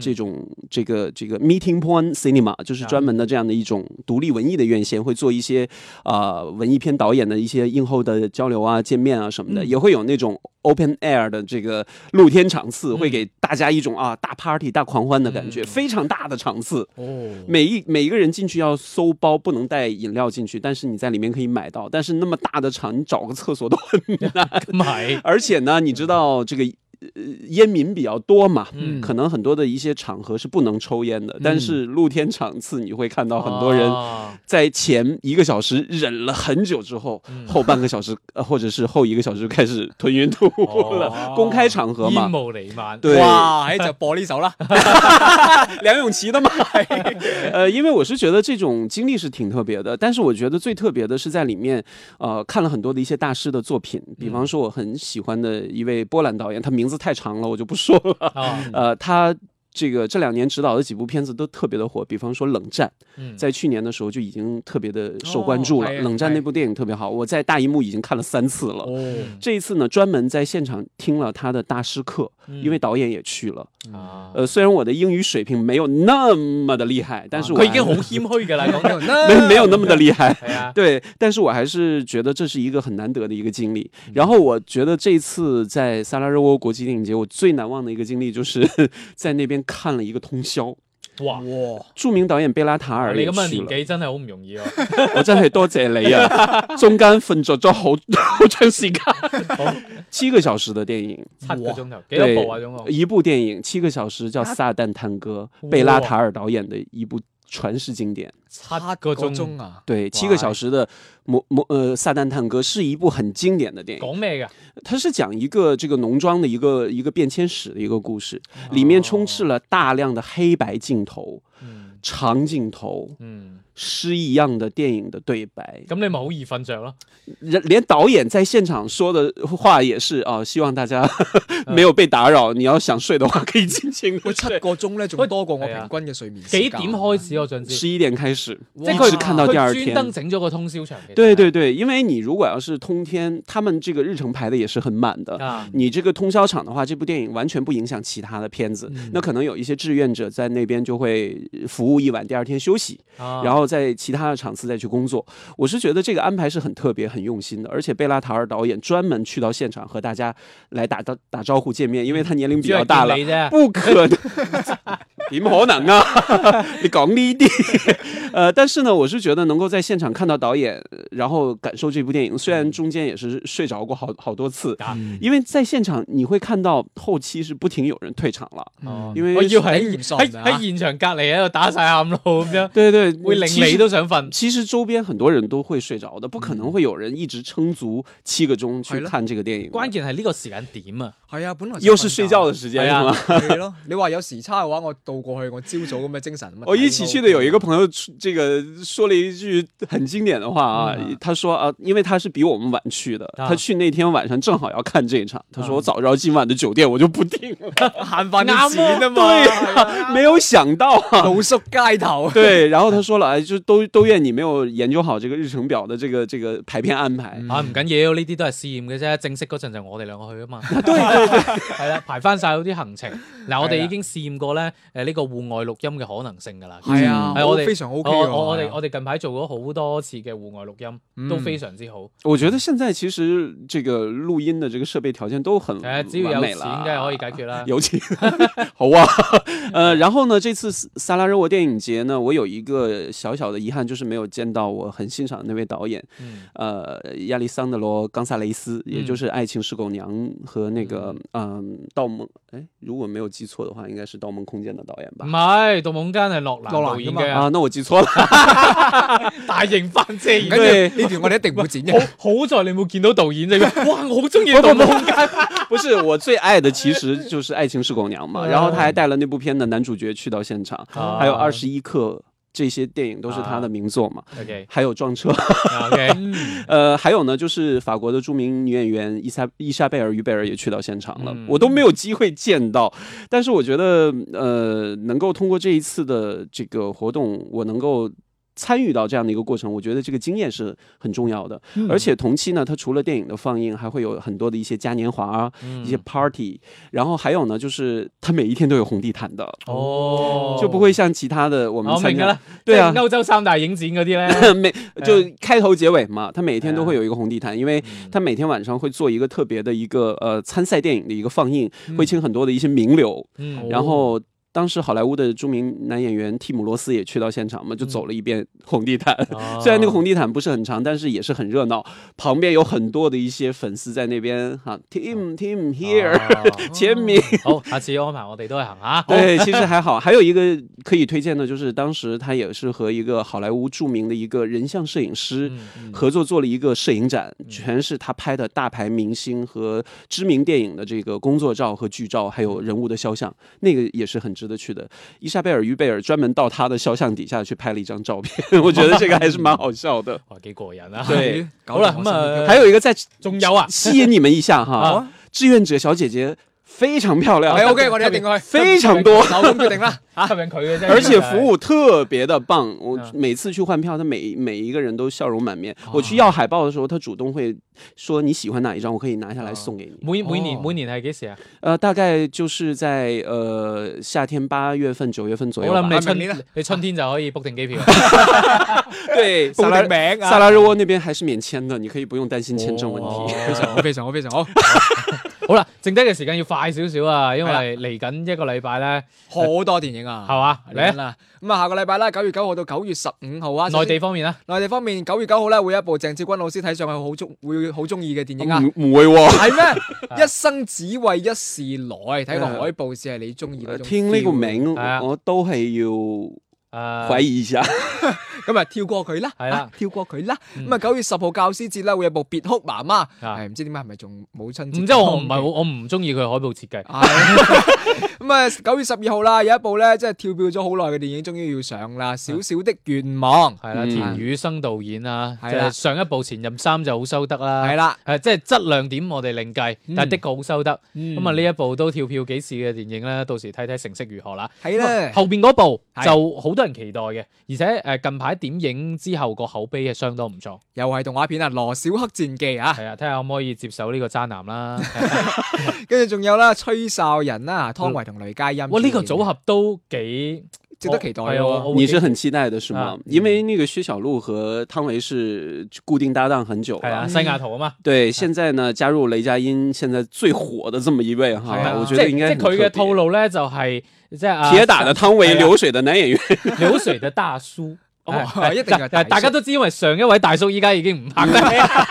[SPEAKER 4] 这种这个这个 meeting point cinema 就是专门的这样的一种独立文艺的院线，会做一些啊、呃文艺片导演的一些映后的交流啊、见面啊什么的，也会有那种 open air 的这个露天场次，会给大家一种啊大 party、大狂欢的感觉，
[SPEAKER 2] 嗯
[SPEAKER 4] 非常大的场次。
[SPEAKER 2] 哦，
[SPEAKER 4] 每一每一个人进去要搜包，不能带饮料进去，但是你在里面可以买到。但是那么大的场，你找个厕所都 很难。
[SPEAKER 2] 唔 係，
[SPEAKER 4] 而且呢，你知道这个。呃烟民比较多嘛，
[SPEAKER 2] 嗯
[SPEAKER 4] 可能很多的一些场合是不能抽烟的，但是露天场次你会看到很多人
[SPEAKER 2] 啊
[SPEAKER 4] 在前一个小时忍了很久之后，
[SPEAKER 2] 嗯
[SPEAKER 4] 后半个小时、呃、或者是后一个小时开始吞云吐雾了，
[SPEAKER 2] 哦
[SPEAKER 4] 公开场合嘛
[SPEAKER 2] 煙，霧瀰漫。
[SPEAKER 4] 对
[SPEAKER 3] 哇，哎喺就播呢 首啦，
[SPEAKER 4] 梁咏琪的嘛。呃，因为我是觉得这种经历是挺特别的，但是我觉得最特别的是在里面，呃，看了很多的一些大师的作品，比
[SPEAKER 2] 嗯
[SPEAKER 4] 方说我很喜欢的一位波兰导演，他名字太长了，我就不说了。
[SPEAKER 2] 啊，
[SPEAKER 4] 呃，他。这个这两年执导的几部片子都特别的火，比方说《冷战》，
[SPEAKER 2] 嗯
[SPEAKER 4] 在去年的时候就已经特别的受关注了。
[SPEAKER 2] 哦哎呀
[SPEAKER 4] 冷战》那部电影特别好，我在大荧幕已经看了三次了。
[SPEAKER 2] 哦，
[SPEAKER 4] 这一次呢，专门在现场听了他的大师课，因
[SPEAKER 2] 嗯
[SPEAKER 4] 为导演也去了。
[SPEAKER 2] 啊
[SPEAKER 4] 呃，虽然我的英语水平没有那么的厉害，但是我
[SPEAKER 2] 佢已
[SPEAKER 4] 还
[SPEAKER 2] 經好謙虛㗎啦，講 到
[SPEAKER 4] 没没有那么的厉害。
[SPEAKER 2] 係啊，
[SPEAKER 4] 对，但是我还是觉得这是一个很难得的一个经历。然后我觉得这一次在萨拉热窝国际电影节，我最难忘的一个经历就是 在那边看了一个通宵。
[SPEAKER 2] 哇！
[SPEAKER 3] 哇，
[SPEAKER 4] 著名導演貝拉塔爾
[SPEAKER 2] 你
[SPEAKER 4] 也
[SPEAKER 2] 咁嘅
[SPEAKER 4] 去
[SPEAKER 2] 年
[SPEAKER 4] 了，
[SPEAKER 2] 紀真係好唔容易哦。
[SPEAKER 4] 我真係多謝你 啊！中間瞓着咗好好長時間，七個小時的電影，
[SPEAKER 2] 七個鐘頭，幾
[SPEAKER 4] 对，
[SPEAKER 2] 多部啊？總共
[SPEAKER 4] 一部電影七個小時，叫《撒旦探戈》，貝拉塔爾導演的一部傳世經典。
[SPEAKER 2] 七個
[SPEAKER 3] 個
[SPEAKER 2] 鐘，
[SPEAKER 3] 鐘啊，
[SPEAKER 4] 对，七个小时的摩摩呃《撒旦探戈》是一部很经典的电影，
[SPEAKER 2] 講咩㗎？
[SPEAKER 4] 它是讲一个这个农庄的一个一个变迁史的一个故事，里面充斥了大量的黑白镜头、
[SPEAKER 2] 嗯
[SPEAKER 4] 长镜头、
[SPEAKER 2] 嗯，
[SPEAKER 4] 诗一样的电影的对白，
[SPEAKER 2] 咁你咪好易瞓着咯。
[SPEAKER 4] 人连导演在现场说的话也是啊、希望大家 没有被打扰，你要想睡的话可以尽情
[SPEAKER 3] 喂，
[SPEAKER 4] 地
[SPEAKER 3] 七
[SPEAKER 4] 睡。
[SPEAKER 3] 個鐘咧，
[SPEAKER 2] 喂
[SPEAKER 3] 仲多過我
[SPEAKER 2] 係啊
[SPEAKER 3] 平均嘅睡眠時間。
[SPEAKER 2] 幾點開始我想知？
[SPEAKER 4] 十一点开始，
[SPEAKER 3] 哇
[SPEAKER 4] 一直看到第二
[SPEAKER 2] 佢專登
[SPEAKER 4] 天。
[SPEAKER 2] 整咗個通宵場。其實
[SPEAKER 4] 对对对，因为你如果要是通天，他们这个日程排的也是很满的。
[SPEAKER 2] 啊，
[SPEAKER 4] 你这个通宵场的话，这部电影完全不影响其他的片子。那可能有一些志愿者在那边就会服务一晚，第二天休息，
[SPEAKER 2] 然
[SPEAKER 4] 然后在其他的场次再去工作。我是觉得这个安排是很特别、很用心的，而且贝拉塔尔导演专门去到现场和大家来打打打招呼、见面，因为他年龄比较大了
[SPEAKER 2] 你。啫。
[SPEAKER 4] 不可能，点可能啊？你讲呢 啲，呃，但是呢，我是觉得能够在现场看到导演，呃然后感受这部电影，虽然中间也是睡着过好好多次
[SPEAKER 2] 啊，
[SPEAKER 4] 因为在现场你会看到后期是不停有人退场了，
[SPEAKER 2] 哦
[SPEAKER 4] 因为
[SPEAKER 2] 我要
[SPEAKER 3] 頂
[SPEAKER 2] 喺
[SPEAKER 3] 唔順
[SPEAKER 2] 喺
[SPEAKER 3] 啊
[SPEAKER 2] 喺現場隔離喺度打晒喊路咁樣，
[SPEAKER 4] 对对，
[SPEAKER 2] 會令你
[SPEAKER 4] 其
[SPEAKER 2] 都
[SPEAKER 4] 实。
[SPEAKER 2] 想瞓。
[SPEAKER 4] 其实周边很多人都会睡着的，不可能会有人一直撑足七个钟去
[SPEAKER 3] 是咯
[SPEAKER 4] 看这个电影的。
[SPEAKER 2] 關鍵係呢個時間點啊！
[SPEAKER 3] 係啊，本來
[SPEAKER 4] 又是睡覺的時間
[SPEAKER 2] 係
[SPEAKER 4] 是
[SPEAKER 2] 啊
[SPEAKER 4] 吗？
[SPEAKER 3] 係咯。你話有時差嘅話，我到路過去，我朝早咁嘅啊精神。
[SPEAKER 4] 哎我一起去的有一个朋友出，这个说了一句很经典的话啊，他说啊，因为他是比我们晚去的，
[SPEAKER 2] 啊
[SPEAKER 4] 他去那天晚上正好要看这一场，他说我早知道今晚的酒店我就不订了，
[SPEAKER 3] 慳翻
[SPEAKER 2] 啱
[SPEAKER 3] 啲
[SPEAKER 2] 喎
[SPEAKER 3] 錢啊嘛，
[SPEAKER 4] 对啊，嗯没有想到啊，
[SPEAKER 3] 露宿街頭。
[SPEAKER 4] 对，然后他说了，哎，就都都怨你没有研究好这个日程表的这个这个排片安排。
[SPEAKER 2] 啊，唔緊要，呢啲都係試驗嘅啫。正式嗰陣就我哋兩個去啊嘛。對對對，係啦，排翻晒嗰啲行程。嗱，我哋已經試驗過咧，誒呢個戶外錄音嘅可能性㗎啦。
[SPEAKER 3] 係啊，
[SPEAKER 4] 哎
[SPEAKER 2] 係我哋
[SPEAKER 3] 非常 OK
[SPEAKER 2] 我
[SPEAKER 3] 喎啊
[SPEAKER 2] 我我哋我哋近排做咗好多次嘅戶外錄音，都非常之好。
[SPEAKER 4] 我觉得现在其实这个录音的这个设备条件都很
[SPEAKER 2] 誒，哎啊只要有
[SPEAKER 4] 完美
[SPEAKER 2] 錢
[SPEAKER 4] 了，啊
[SPEAKER 2] 梗係可以解決啦。
[SPEAKER 4] 有请，好啊，呃，然后呢，这次萨萨拉热窝电影节呢，我有一个小小的遗憾，就是没有见到我很欣赏的那位导演，
[SPEAKER 2] 嗯
[SPEAKER 4] 呃，亚历桑德罗·冈萨雷斯，也就是《爱情是狗娘》和那个嗯，盗梦》，哎，如果没有记错的话，应该是《盗梦空间》的导演吧
[SPEAKER 2] 唔？係，杜夢間係洛蘭
[SPEAKER 3] 洛蘭
[SPEAKER 2] 導演
[SPEAKER 3] 㗎
[SPEAKER 4] 啊
[SPEAKER 2] 嘅，
[SPEAKER 4] 那我记错了，
[SPEAKER 2] 大型翻車
[SPEAKER 3] 唔
[SPEAKER 2] 演
[SPEAKER 3] 緊
[SPEAKER 2] 嘅。
[SPEAKER 3] 要，呢段我哋一定唔會剪
[SPEAKER 2] 好
[SPEAKER 3] 嘅。
[SPEAKER 2] 好在你冇見到導演啫。哇，我好中意杜夢間。
[SPEAKER 4] 不是我最爱的，其实就是《爱情是狗娘》嘛。然后他还带了那部片的男主角去到现场，
[SPEAKER 2] 嗯啊
[SPEAKER 4] 还有《二十一克》这些电影都是他的名作嘛，
[SPEAKER 2] OK
[SPEAKER 4] 还有撞车。
[SPEAKER 2] 啊 OK，
[SPEAKER 4] 呃，还有呢，就是法国的著名女演员伊莎伊莎贝尔·于贝尔也去到现场了，
[SPEAKER 2] 嗯
[SPEAKER 4] 我都没有机会见到。但是我觉得，呃，能够通过这一次的这个活动，我能够。参与到这样的一个过程，我觉得这个经验是很重要的。
[SPEAKER 2] 嗯
[SPEAKER 4] 而且同期呢，它除了电影的放映，还会有很多的一些嘉年华啊、
[SPEAKER 2] 嗯
[SPEAKER 4] 一些 party，然后还有呢，就是它每一天都有红地毯的，
[SPEAKER 2] 哦，
[SPEAKER 4] 就不会像其他的我们
[SPEAKER 2] 我
[SPEAKER 4] 参
[SPEAKER 2] 明
[SPEAKER 4] 加
[SPEAKER 2] 噶啦，
[SPEAKER 4] 对啊
[SPEAKER 2] 即係歐洲三大影展嗰啲咧，
[SPEAKER 4] 每就开头结尾嘛，他每天都会有一个红地毯，因为
[SPEAKER 2] 哎嗯
[SPEAKER 4] 他每天晚上会做一个特别的一个呃参赛电影的一个放映，会请很多的一些名流，
[SPEAKER 2] 嗯
[SPEAKER 4] 然后。当时好莱坞的著名男演员蒂姆·罗斯也去到现场嘛，就走了一遍红地毯。
[SPEAKER 2] 嗯哦
[SPEAKER 4] 虽然那个红地毯不是很长，但是也是很热闹，旁边有很多的一些粉丝在那边哈，Tim Tim here
[SPEAKER 2] 哦
[SPEAKER 4] 签名。
[SPEAKER 2] 好，下次安排我哋都去行下。
[SPEAKER 4] 对，其实还好。还有一个可以推荐的，就是当时他也是和一个好莱坞著名的一个人像摄影师
[SPEAKER 2] 嗯嗯
[SPEAKER 4] 合作做了一个摄影展，全是他拍的大牌明星和知名电影的这个工作照和剧照，还有人物的肖像，那个也是很值得去的。伊莎贝尔·于贝尔专门到他的肖像底下去拍了一张照片， 我觉得这个还是蛮好笑的。
[SPEAKER 2] 哇，幾過癮啊！
[SPEAKER 4] 对，
[SPEAKER 2] 好啦，咁啊，
[SPEAKER 4] 还有一个再
[SPEAKER 2] 仲有啊，
[SPEAKER 4] 吸引你们一下哈
[SPEAKER 2] 啊，
[SPEAKER 4] 志愿者小姐姐非常漂亮，
[SPEAKER 3] 係啊 OK，我哋一定要去，
[SPEAKER 4] 非常多。
[SPEAKER 3] 手工決定 啦。
[SPEAKER 2] 吸引佢嘅啫，
[SPEAKER 4] 而且服務特别的棒，我
[SPEAKER 2] 嗯
[SPEAKER 4] 每次去换票，他每每一个人都笑容满面。我去要海报的时候，他主动会说你喜欢哪一张，我可以拿下来送给你。
[SPEAKER 2] 每每
[SPEAKER 3] 哦
[SPEAKER 2] 年每年係幾時啊？
[SPEAKER 4] 呃，大概就是在呃夏天八月份、九月份左
[SPEAKER 2] 我
[SPEAKER 4] 右吧
[SPEAKER 2] 諗。你
[SPEAKER 3] 明年
[SPEAKER 4] 啊
[SPEAKER 3] 啦
[SPEAKER 2] 春你春天就可以 book 定機票，
[SPEAKER 4] 对，萨拉
[SPEAKER 3] 報定名啊
[SPEAKER 4] 萨拉热窝那边还是免签的，你可以不用担心签证问题。
[SPEAKER 3] 非常好，非常好，非常好，
[SPEAKER 2] 好啦，剩低嘅時間要快少少啊，因為嚟緊一個禮拜咧，
[SPEAKER 3] 好多電影啊
[SPEAKER 2] 係。嘛？
[SPEAKER 3] 嚟
[SPEAKER 2] 嚟啊，
[SPEAKER 3] 啦！咁啊，下個禮拜啦，九月九號到九月十五號啊，
[SPEAKER 2] 內地方面啦，
[SPEAKER 3] 內地方面，九月九號咧會有一部鄭志軍老師睇上去好中會好中意嘅電影啊，
[SPEAKER 4] 唔唔会喎，
[SPEAKER 3] 係咩？一生只為一事來，睇個海報先係你中意嗰種 feel。
[SPEAKER 4] 呃听呢个名
[SPEAKER 2] 係啊
[SPEAKER 4] 我都系要
[SPEAKER 2] 誒
[SPEAKER 4] 怀疑一下。
[SPEAKER 3] 咁啊跳過佢啦，
[SPEAKER 2] 係啦嗯
[SPEAKER 3] 啊跳過佢啦。咁啊九月十號教師節咧會有部別哭媽媽，
[SPEAKER 2] 啊
[SPEAKER 3] 係唔知點解係咪仲母親節？
[SPEAKER 2] 唔知我唔係好我唔中意佢海報設計。
[SPEAKER 3] 係咁啊，九月十二號啦，有一部咧即係跳票咗好耐嘅電影，終於要上啦，《小小的願望》
[SPEAKER 2] 係啦，
[SPEAKER 4] 嗯
[SPEAKER 2] 田宇生導演啊，
[SPEAKER 3] 係
[SPEAKER 2] 即
[SPEAKER 3] 啦
[SPEAKER 2] 係上一部《前任三》就好收得啦。
[SPEAKER 3] 係啦，
[SPEAKER 2] 誒，即係質量點我哋另計，但係的確好收得。
[SPEAKER 3] 嗯
[SPEAKER 2] 咁啊，呢一部都跳票幾次嘅電影咧，到時睇睇成績如何啦。
[SPEAKER 3] 係啦
[SPEAKER 2] 咁啊後邊嗰部
[SPEAKER 3] 係
[SPEAKER 2] 就好多人期待嘅，而且誒近排點映之後個口碑係相當唔錯。
[SPEAKER 3] 又係動畫片啊，《羅小黑戰記》啊。
[SPEAKER 2] 係啊，睇下可唔可以接受呢個渣男 啦。
[SPEAKER 3] 跟住仲有啦，吹哨人啦，湯唯同雷佳音。
[SPEAKER 2] 哇，呢個組合都幾
[SPEAKER 3] 值得期待
[SPEAKER 2] 我係啊我
[SPEAKER 3] 喎。
[SPEAKER 2] 我會
[SPEAKER 4] 你是
[SPEAKER 2] 幾
[SPEAKER 4] 很期待的是吗
[SPEAKER 2] 啊？
[SPEAKER 4] 因为那个薛晓璐和汤唯是固定搭档很久
[SPEAKER 2] 係啊，
[SPEAKER 4] 了。
[SPEAKER 2] 西雅圖啊嘛。
[SPEAKER 4] 对，现在呢加入雷佳音，现在最火的这么一位哈，
[SPEAKER 2] 係啊
[SPEAKER 4] 我觉
[SPEAKER 2] 即
[SPEAKER 4] 得
[SPEAKER 2] 係
[SPEAKER 4] 应该
[SPEAKER 2] 即係
[SPEAKER 4] 很特
[SPEAKER 2] 佢
[SPEAKER 4] 别
[SPEAKER 2] 嘅套路咧，就係即係啊
[SPEAKER 4] 铁打的 汤唯，
[SPEAKER 2] 係啊
[SPEAKER 4] 流水的男演员，
[SPEAKER 2] 流水嘅大叔。
[SPEAKER 3] 哦
[SPEAKER 2] 係
[SPEAKER 3] 一定係
[SPEAKER 2] 嗱
[SPEAKER 3] 大叔
[SPEAKER 2] 大家都知，因為上一位大叔依家已經唔拍得， 咁啊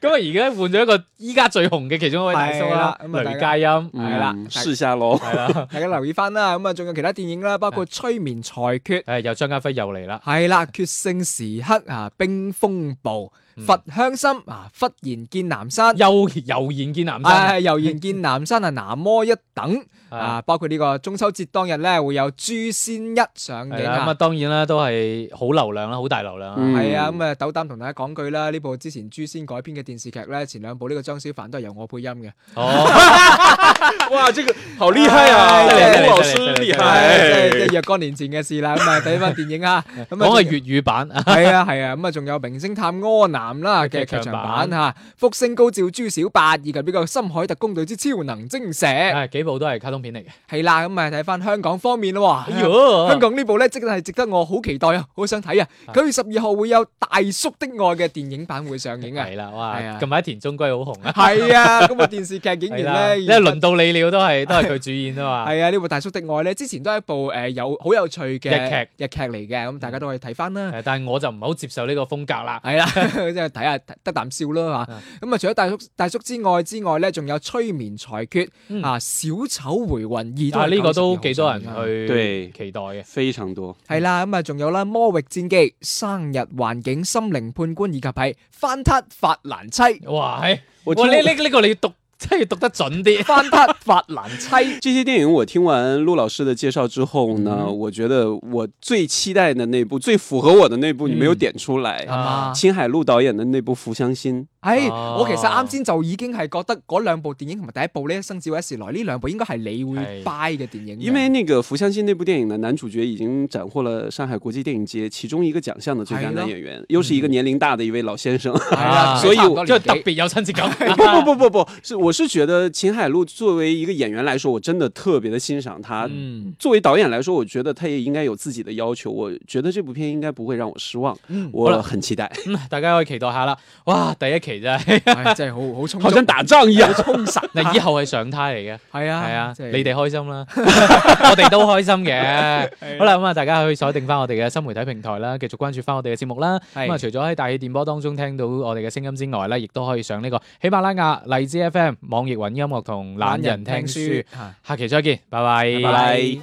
[SPEAKER 2] 而家換咗一個依家最紅嘅其中一位大叔啦，
[SPEAKER 3] 係啦咁啊
[SPEAKER 2] 雷佳音係
[SPEAKER 3] 係
[SPEAKER 2] 啦，
[SPEAKER 3] 啦
[SPEAKER 4] 嗯
[SPEAKER 3] 大
[SPEAKER 4] 试下喽。
[SPEAKER 2] 係 啦，
[SPEAKER 3] 大家留意翻啦，咁啊，仲有其他電影啦，包括《催眠裁決》
[SPEAKER 2] 誒又張家輝又嚟啦，
[SPEAKER 3] 係啦，《決勝時刻》啊，《冰風暴》
[SPEAKER 2] 嗯
[SPEAKER 3] 佛香心啊，忽然見南山。
[SPEAKER 2] 悠悠然見南山
[SPEAKER 3] 啊，悠然見南山啊，南摩一 等啊，包括呢個中秋節當日咧，會有《诛仙一》上
[SPEAKER 2] 係
[SPEAKER 3] 映
[SPEAKER 2] 啦，咁啊
[SPEAKER 3] 啊。
[SPEAKER 2] 當然啦，都係好流量啦，好大流量啊。
[SPEAKER 4] 嗯
[SPEAKER 3] 係啊，咁啊，斗膽同大家講句啦，呢部之前《诛仙》改編嘅電視劇咧，前兩部呢個張小凡都係由我配音嘅。
[SPEAKER 2] 哦，
[SPEAKER 4] 哇，这个好厉害啊！
[SPEAKER 3] 哎
[SPEAKER 4] 吴老师厉害
[SPEAKER 3] 係，即係若干年前嘅事啦。咁啊，睇翻電 影啊，咁啊
[SPEAKER 2] 講係粵語版 啊，
[SPEAKER 3] 系啊系啊，咁啊仲有《明星探柯南》啦嘅劇場版吓，《福星高照朱小八》以及呢個《深海特工隊之超能精舍》
[SPEAKER 2] 係幾部都係卡通片嚟嘅。
[SPEAKER 3] 係啦，咁啊睇翻香港方面咯
[SPEAKER 2] 哎
[SPEAKER 3] 喎。
[SPEAKER 2] 呦，
[SPEAKER 3] 香港呢部咧，真係值得我好期待啊，好想睇啊！
[SPEAKER 2] 啊
[SPEAKER 3] 九月十二號會有《大叔的愛》嘅電影版會上映啊，
[SPEAKER 2] 係啦，哇
[SPEAKER 3] 係啊！
[SPEAKER 2] 近排田中圭好紅啊，
[SPEAKER 3] 係啊，咁啊電視劇竟
[SPEAKER 2] 係啦，
[SPEAKER 3] 然
[SPEAKER 2] 因
[SPEAKER 3] 咧，
[SPEAKER 2] 為輪到你了，都係都係佢主演 啊嘛。
[SPEAKER 3] 係啊呢部《大叔的愛》咧，之前都係一部诶有好有趣嘅
[SPEAKER 2] 日嗯
[SPEAKER 3] 劇日劇嚟嘅，咁大家都可以睇翻啦。
[SPEAKER 2] 誒但係我就唔係好接受呢個風格啦。
[SPEAKER 3] 系啦，即係睇下得啖笑啦
[SPEAKER 2] 啊
[SPEAKER 3] 吓。咁啊，除咗大叔大叔之外之外咧，仲有催眠裁決
[SPEAKER 2] 嗯
[SPEAKER 3] 啊，小丑回魂二都
[SPEAKER 2] 啊，
[SPEAKER 3] 係
[SPEAKER 2] 呢個都
[SPEAKER 3] 92
[SPEAKER 2] 幾多人去
[SPEAKER 4] 對
[SPEAKER 2] 期待嘅。
[SPEAKER 4] 非常多。
[SPEAKER 3] 啊係啦。咁啊，仲有啦，魔域戰記、生日環境、心靈判官以及係翻撻法蘭 妻、
[SPEAKER 2] 哇，係
[SPEAKER 4] 我
[SPEAKER 2] 哇
[SPEAKER 4] 听
[SPEAKER 2] 呢呢呢個你要讀 真係要讀得準啲。
[SPEAKER 3] 翻撻法蘭妻。
[SPEAKER 4] 这些电影，我听完陆老师的介绍之后呢，
[SPEAKER 2] 嗯
[SPEAKER 4] 我觉得我最期待的那部、最符合我的那部，你没有
[SPEAKER 2] 嗯啊
[SPEAKER 4] 点出来。
[SPEAKER 3] 係嘛
[SPEAKER 4] 秦海璐导演的那部《浮香心
[SPEAKER 3] 唉，
[SPEAKER 2] 哦
[SPEAKER 3] 我其實啱先就已經係覺得嗰兩部電影同埋第一部呢，《生至為一時來》呢兩部應該係你會
[SPEAKER 2] 係
[SPEAKER 3] buy 嘅電影嘅，》，
[SPEAKER 4] 因为那个《浮香心》那部电影呢，男主角已经斩获了上海国际电影节其中一个奖项的
[SPEAKER 2] 哎
[SPEAKER 4] 最佳男演员，又
[SPEAKER 2] 嗯
[SPEAKER 4] 是一个年龄大的一位老先生。
[SPEAKER 3] 係啦
[SPEAKER 2] 啊
[SPEAKER 3] 所以
[SPEAKER 4] 所以我
[SPEAKER 2] 即係特別有親切 感。
[SPEAKER 3] 哎
[SPEAKER 4] 哎不不不不不，是我是觉得秦海璐作为一个演员来说，我真的特别的欣赏她。
[SPEAKER 3] 嗯
[SPEAKER 4] 作为导演来说，我觉得他也应该有自己的要求。我觉得这部片应该不会让我失望，
[SPEAKER 3] 嗯，
[SPEAKER 4] 我很期待，
[SPEAKER 2] 嗯， 大家可以期待下啦。哇，第一期真 係，
[SPEAKER 3] 唉哎真係好好充足
[SPEAKER 4] 好，像打仗一样。
[SPEAKER 3] 充實
[SPEAKER 2] 嗱以後係上胎嚟嘅。
[SPEAKER 3] 係 啊，
[SPEAKER 2] 係啊，
[SPEAKER 3] 即係
[SPEAKER 2] 你哋開心 啦， 我哋都開心嘅。好啦，咁啊，大家可以鎖定翻我哋嘅新媒體平台啦，繼續關注翻我哋嘅節目啦。
[SPEAKER 3] 係
[SPEAKER 2] 咁啊，除咗喺大氣電波當中聽到我哋嘅聲音之外咧，亦都可以上呢個喜馬拉雅、荔枝 FM、網易雲音樂同懶人聽書。
[SPEAKER 3] 嚇
[SPEAKER 2] 下期再見，拜拜。
[SPEAKER 4] 拜拜。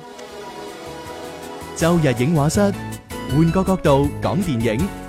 [SPEAKER 5] 周日影画室，換個角度講電影。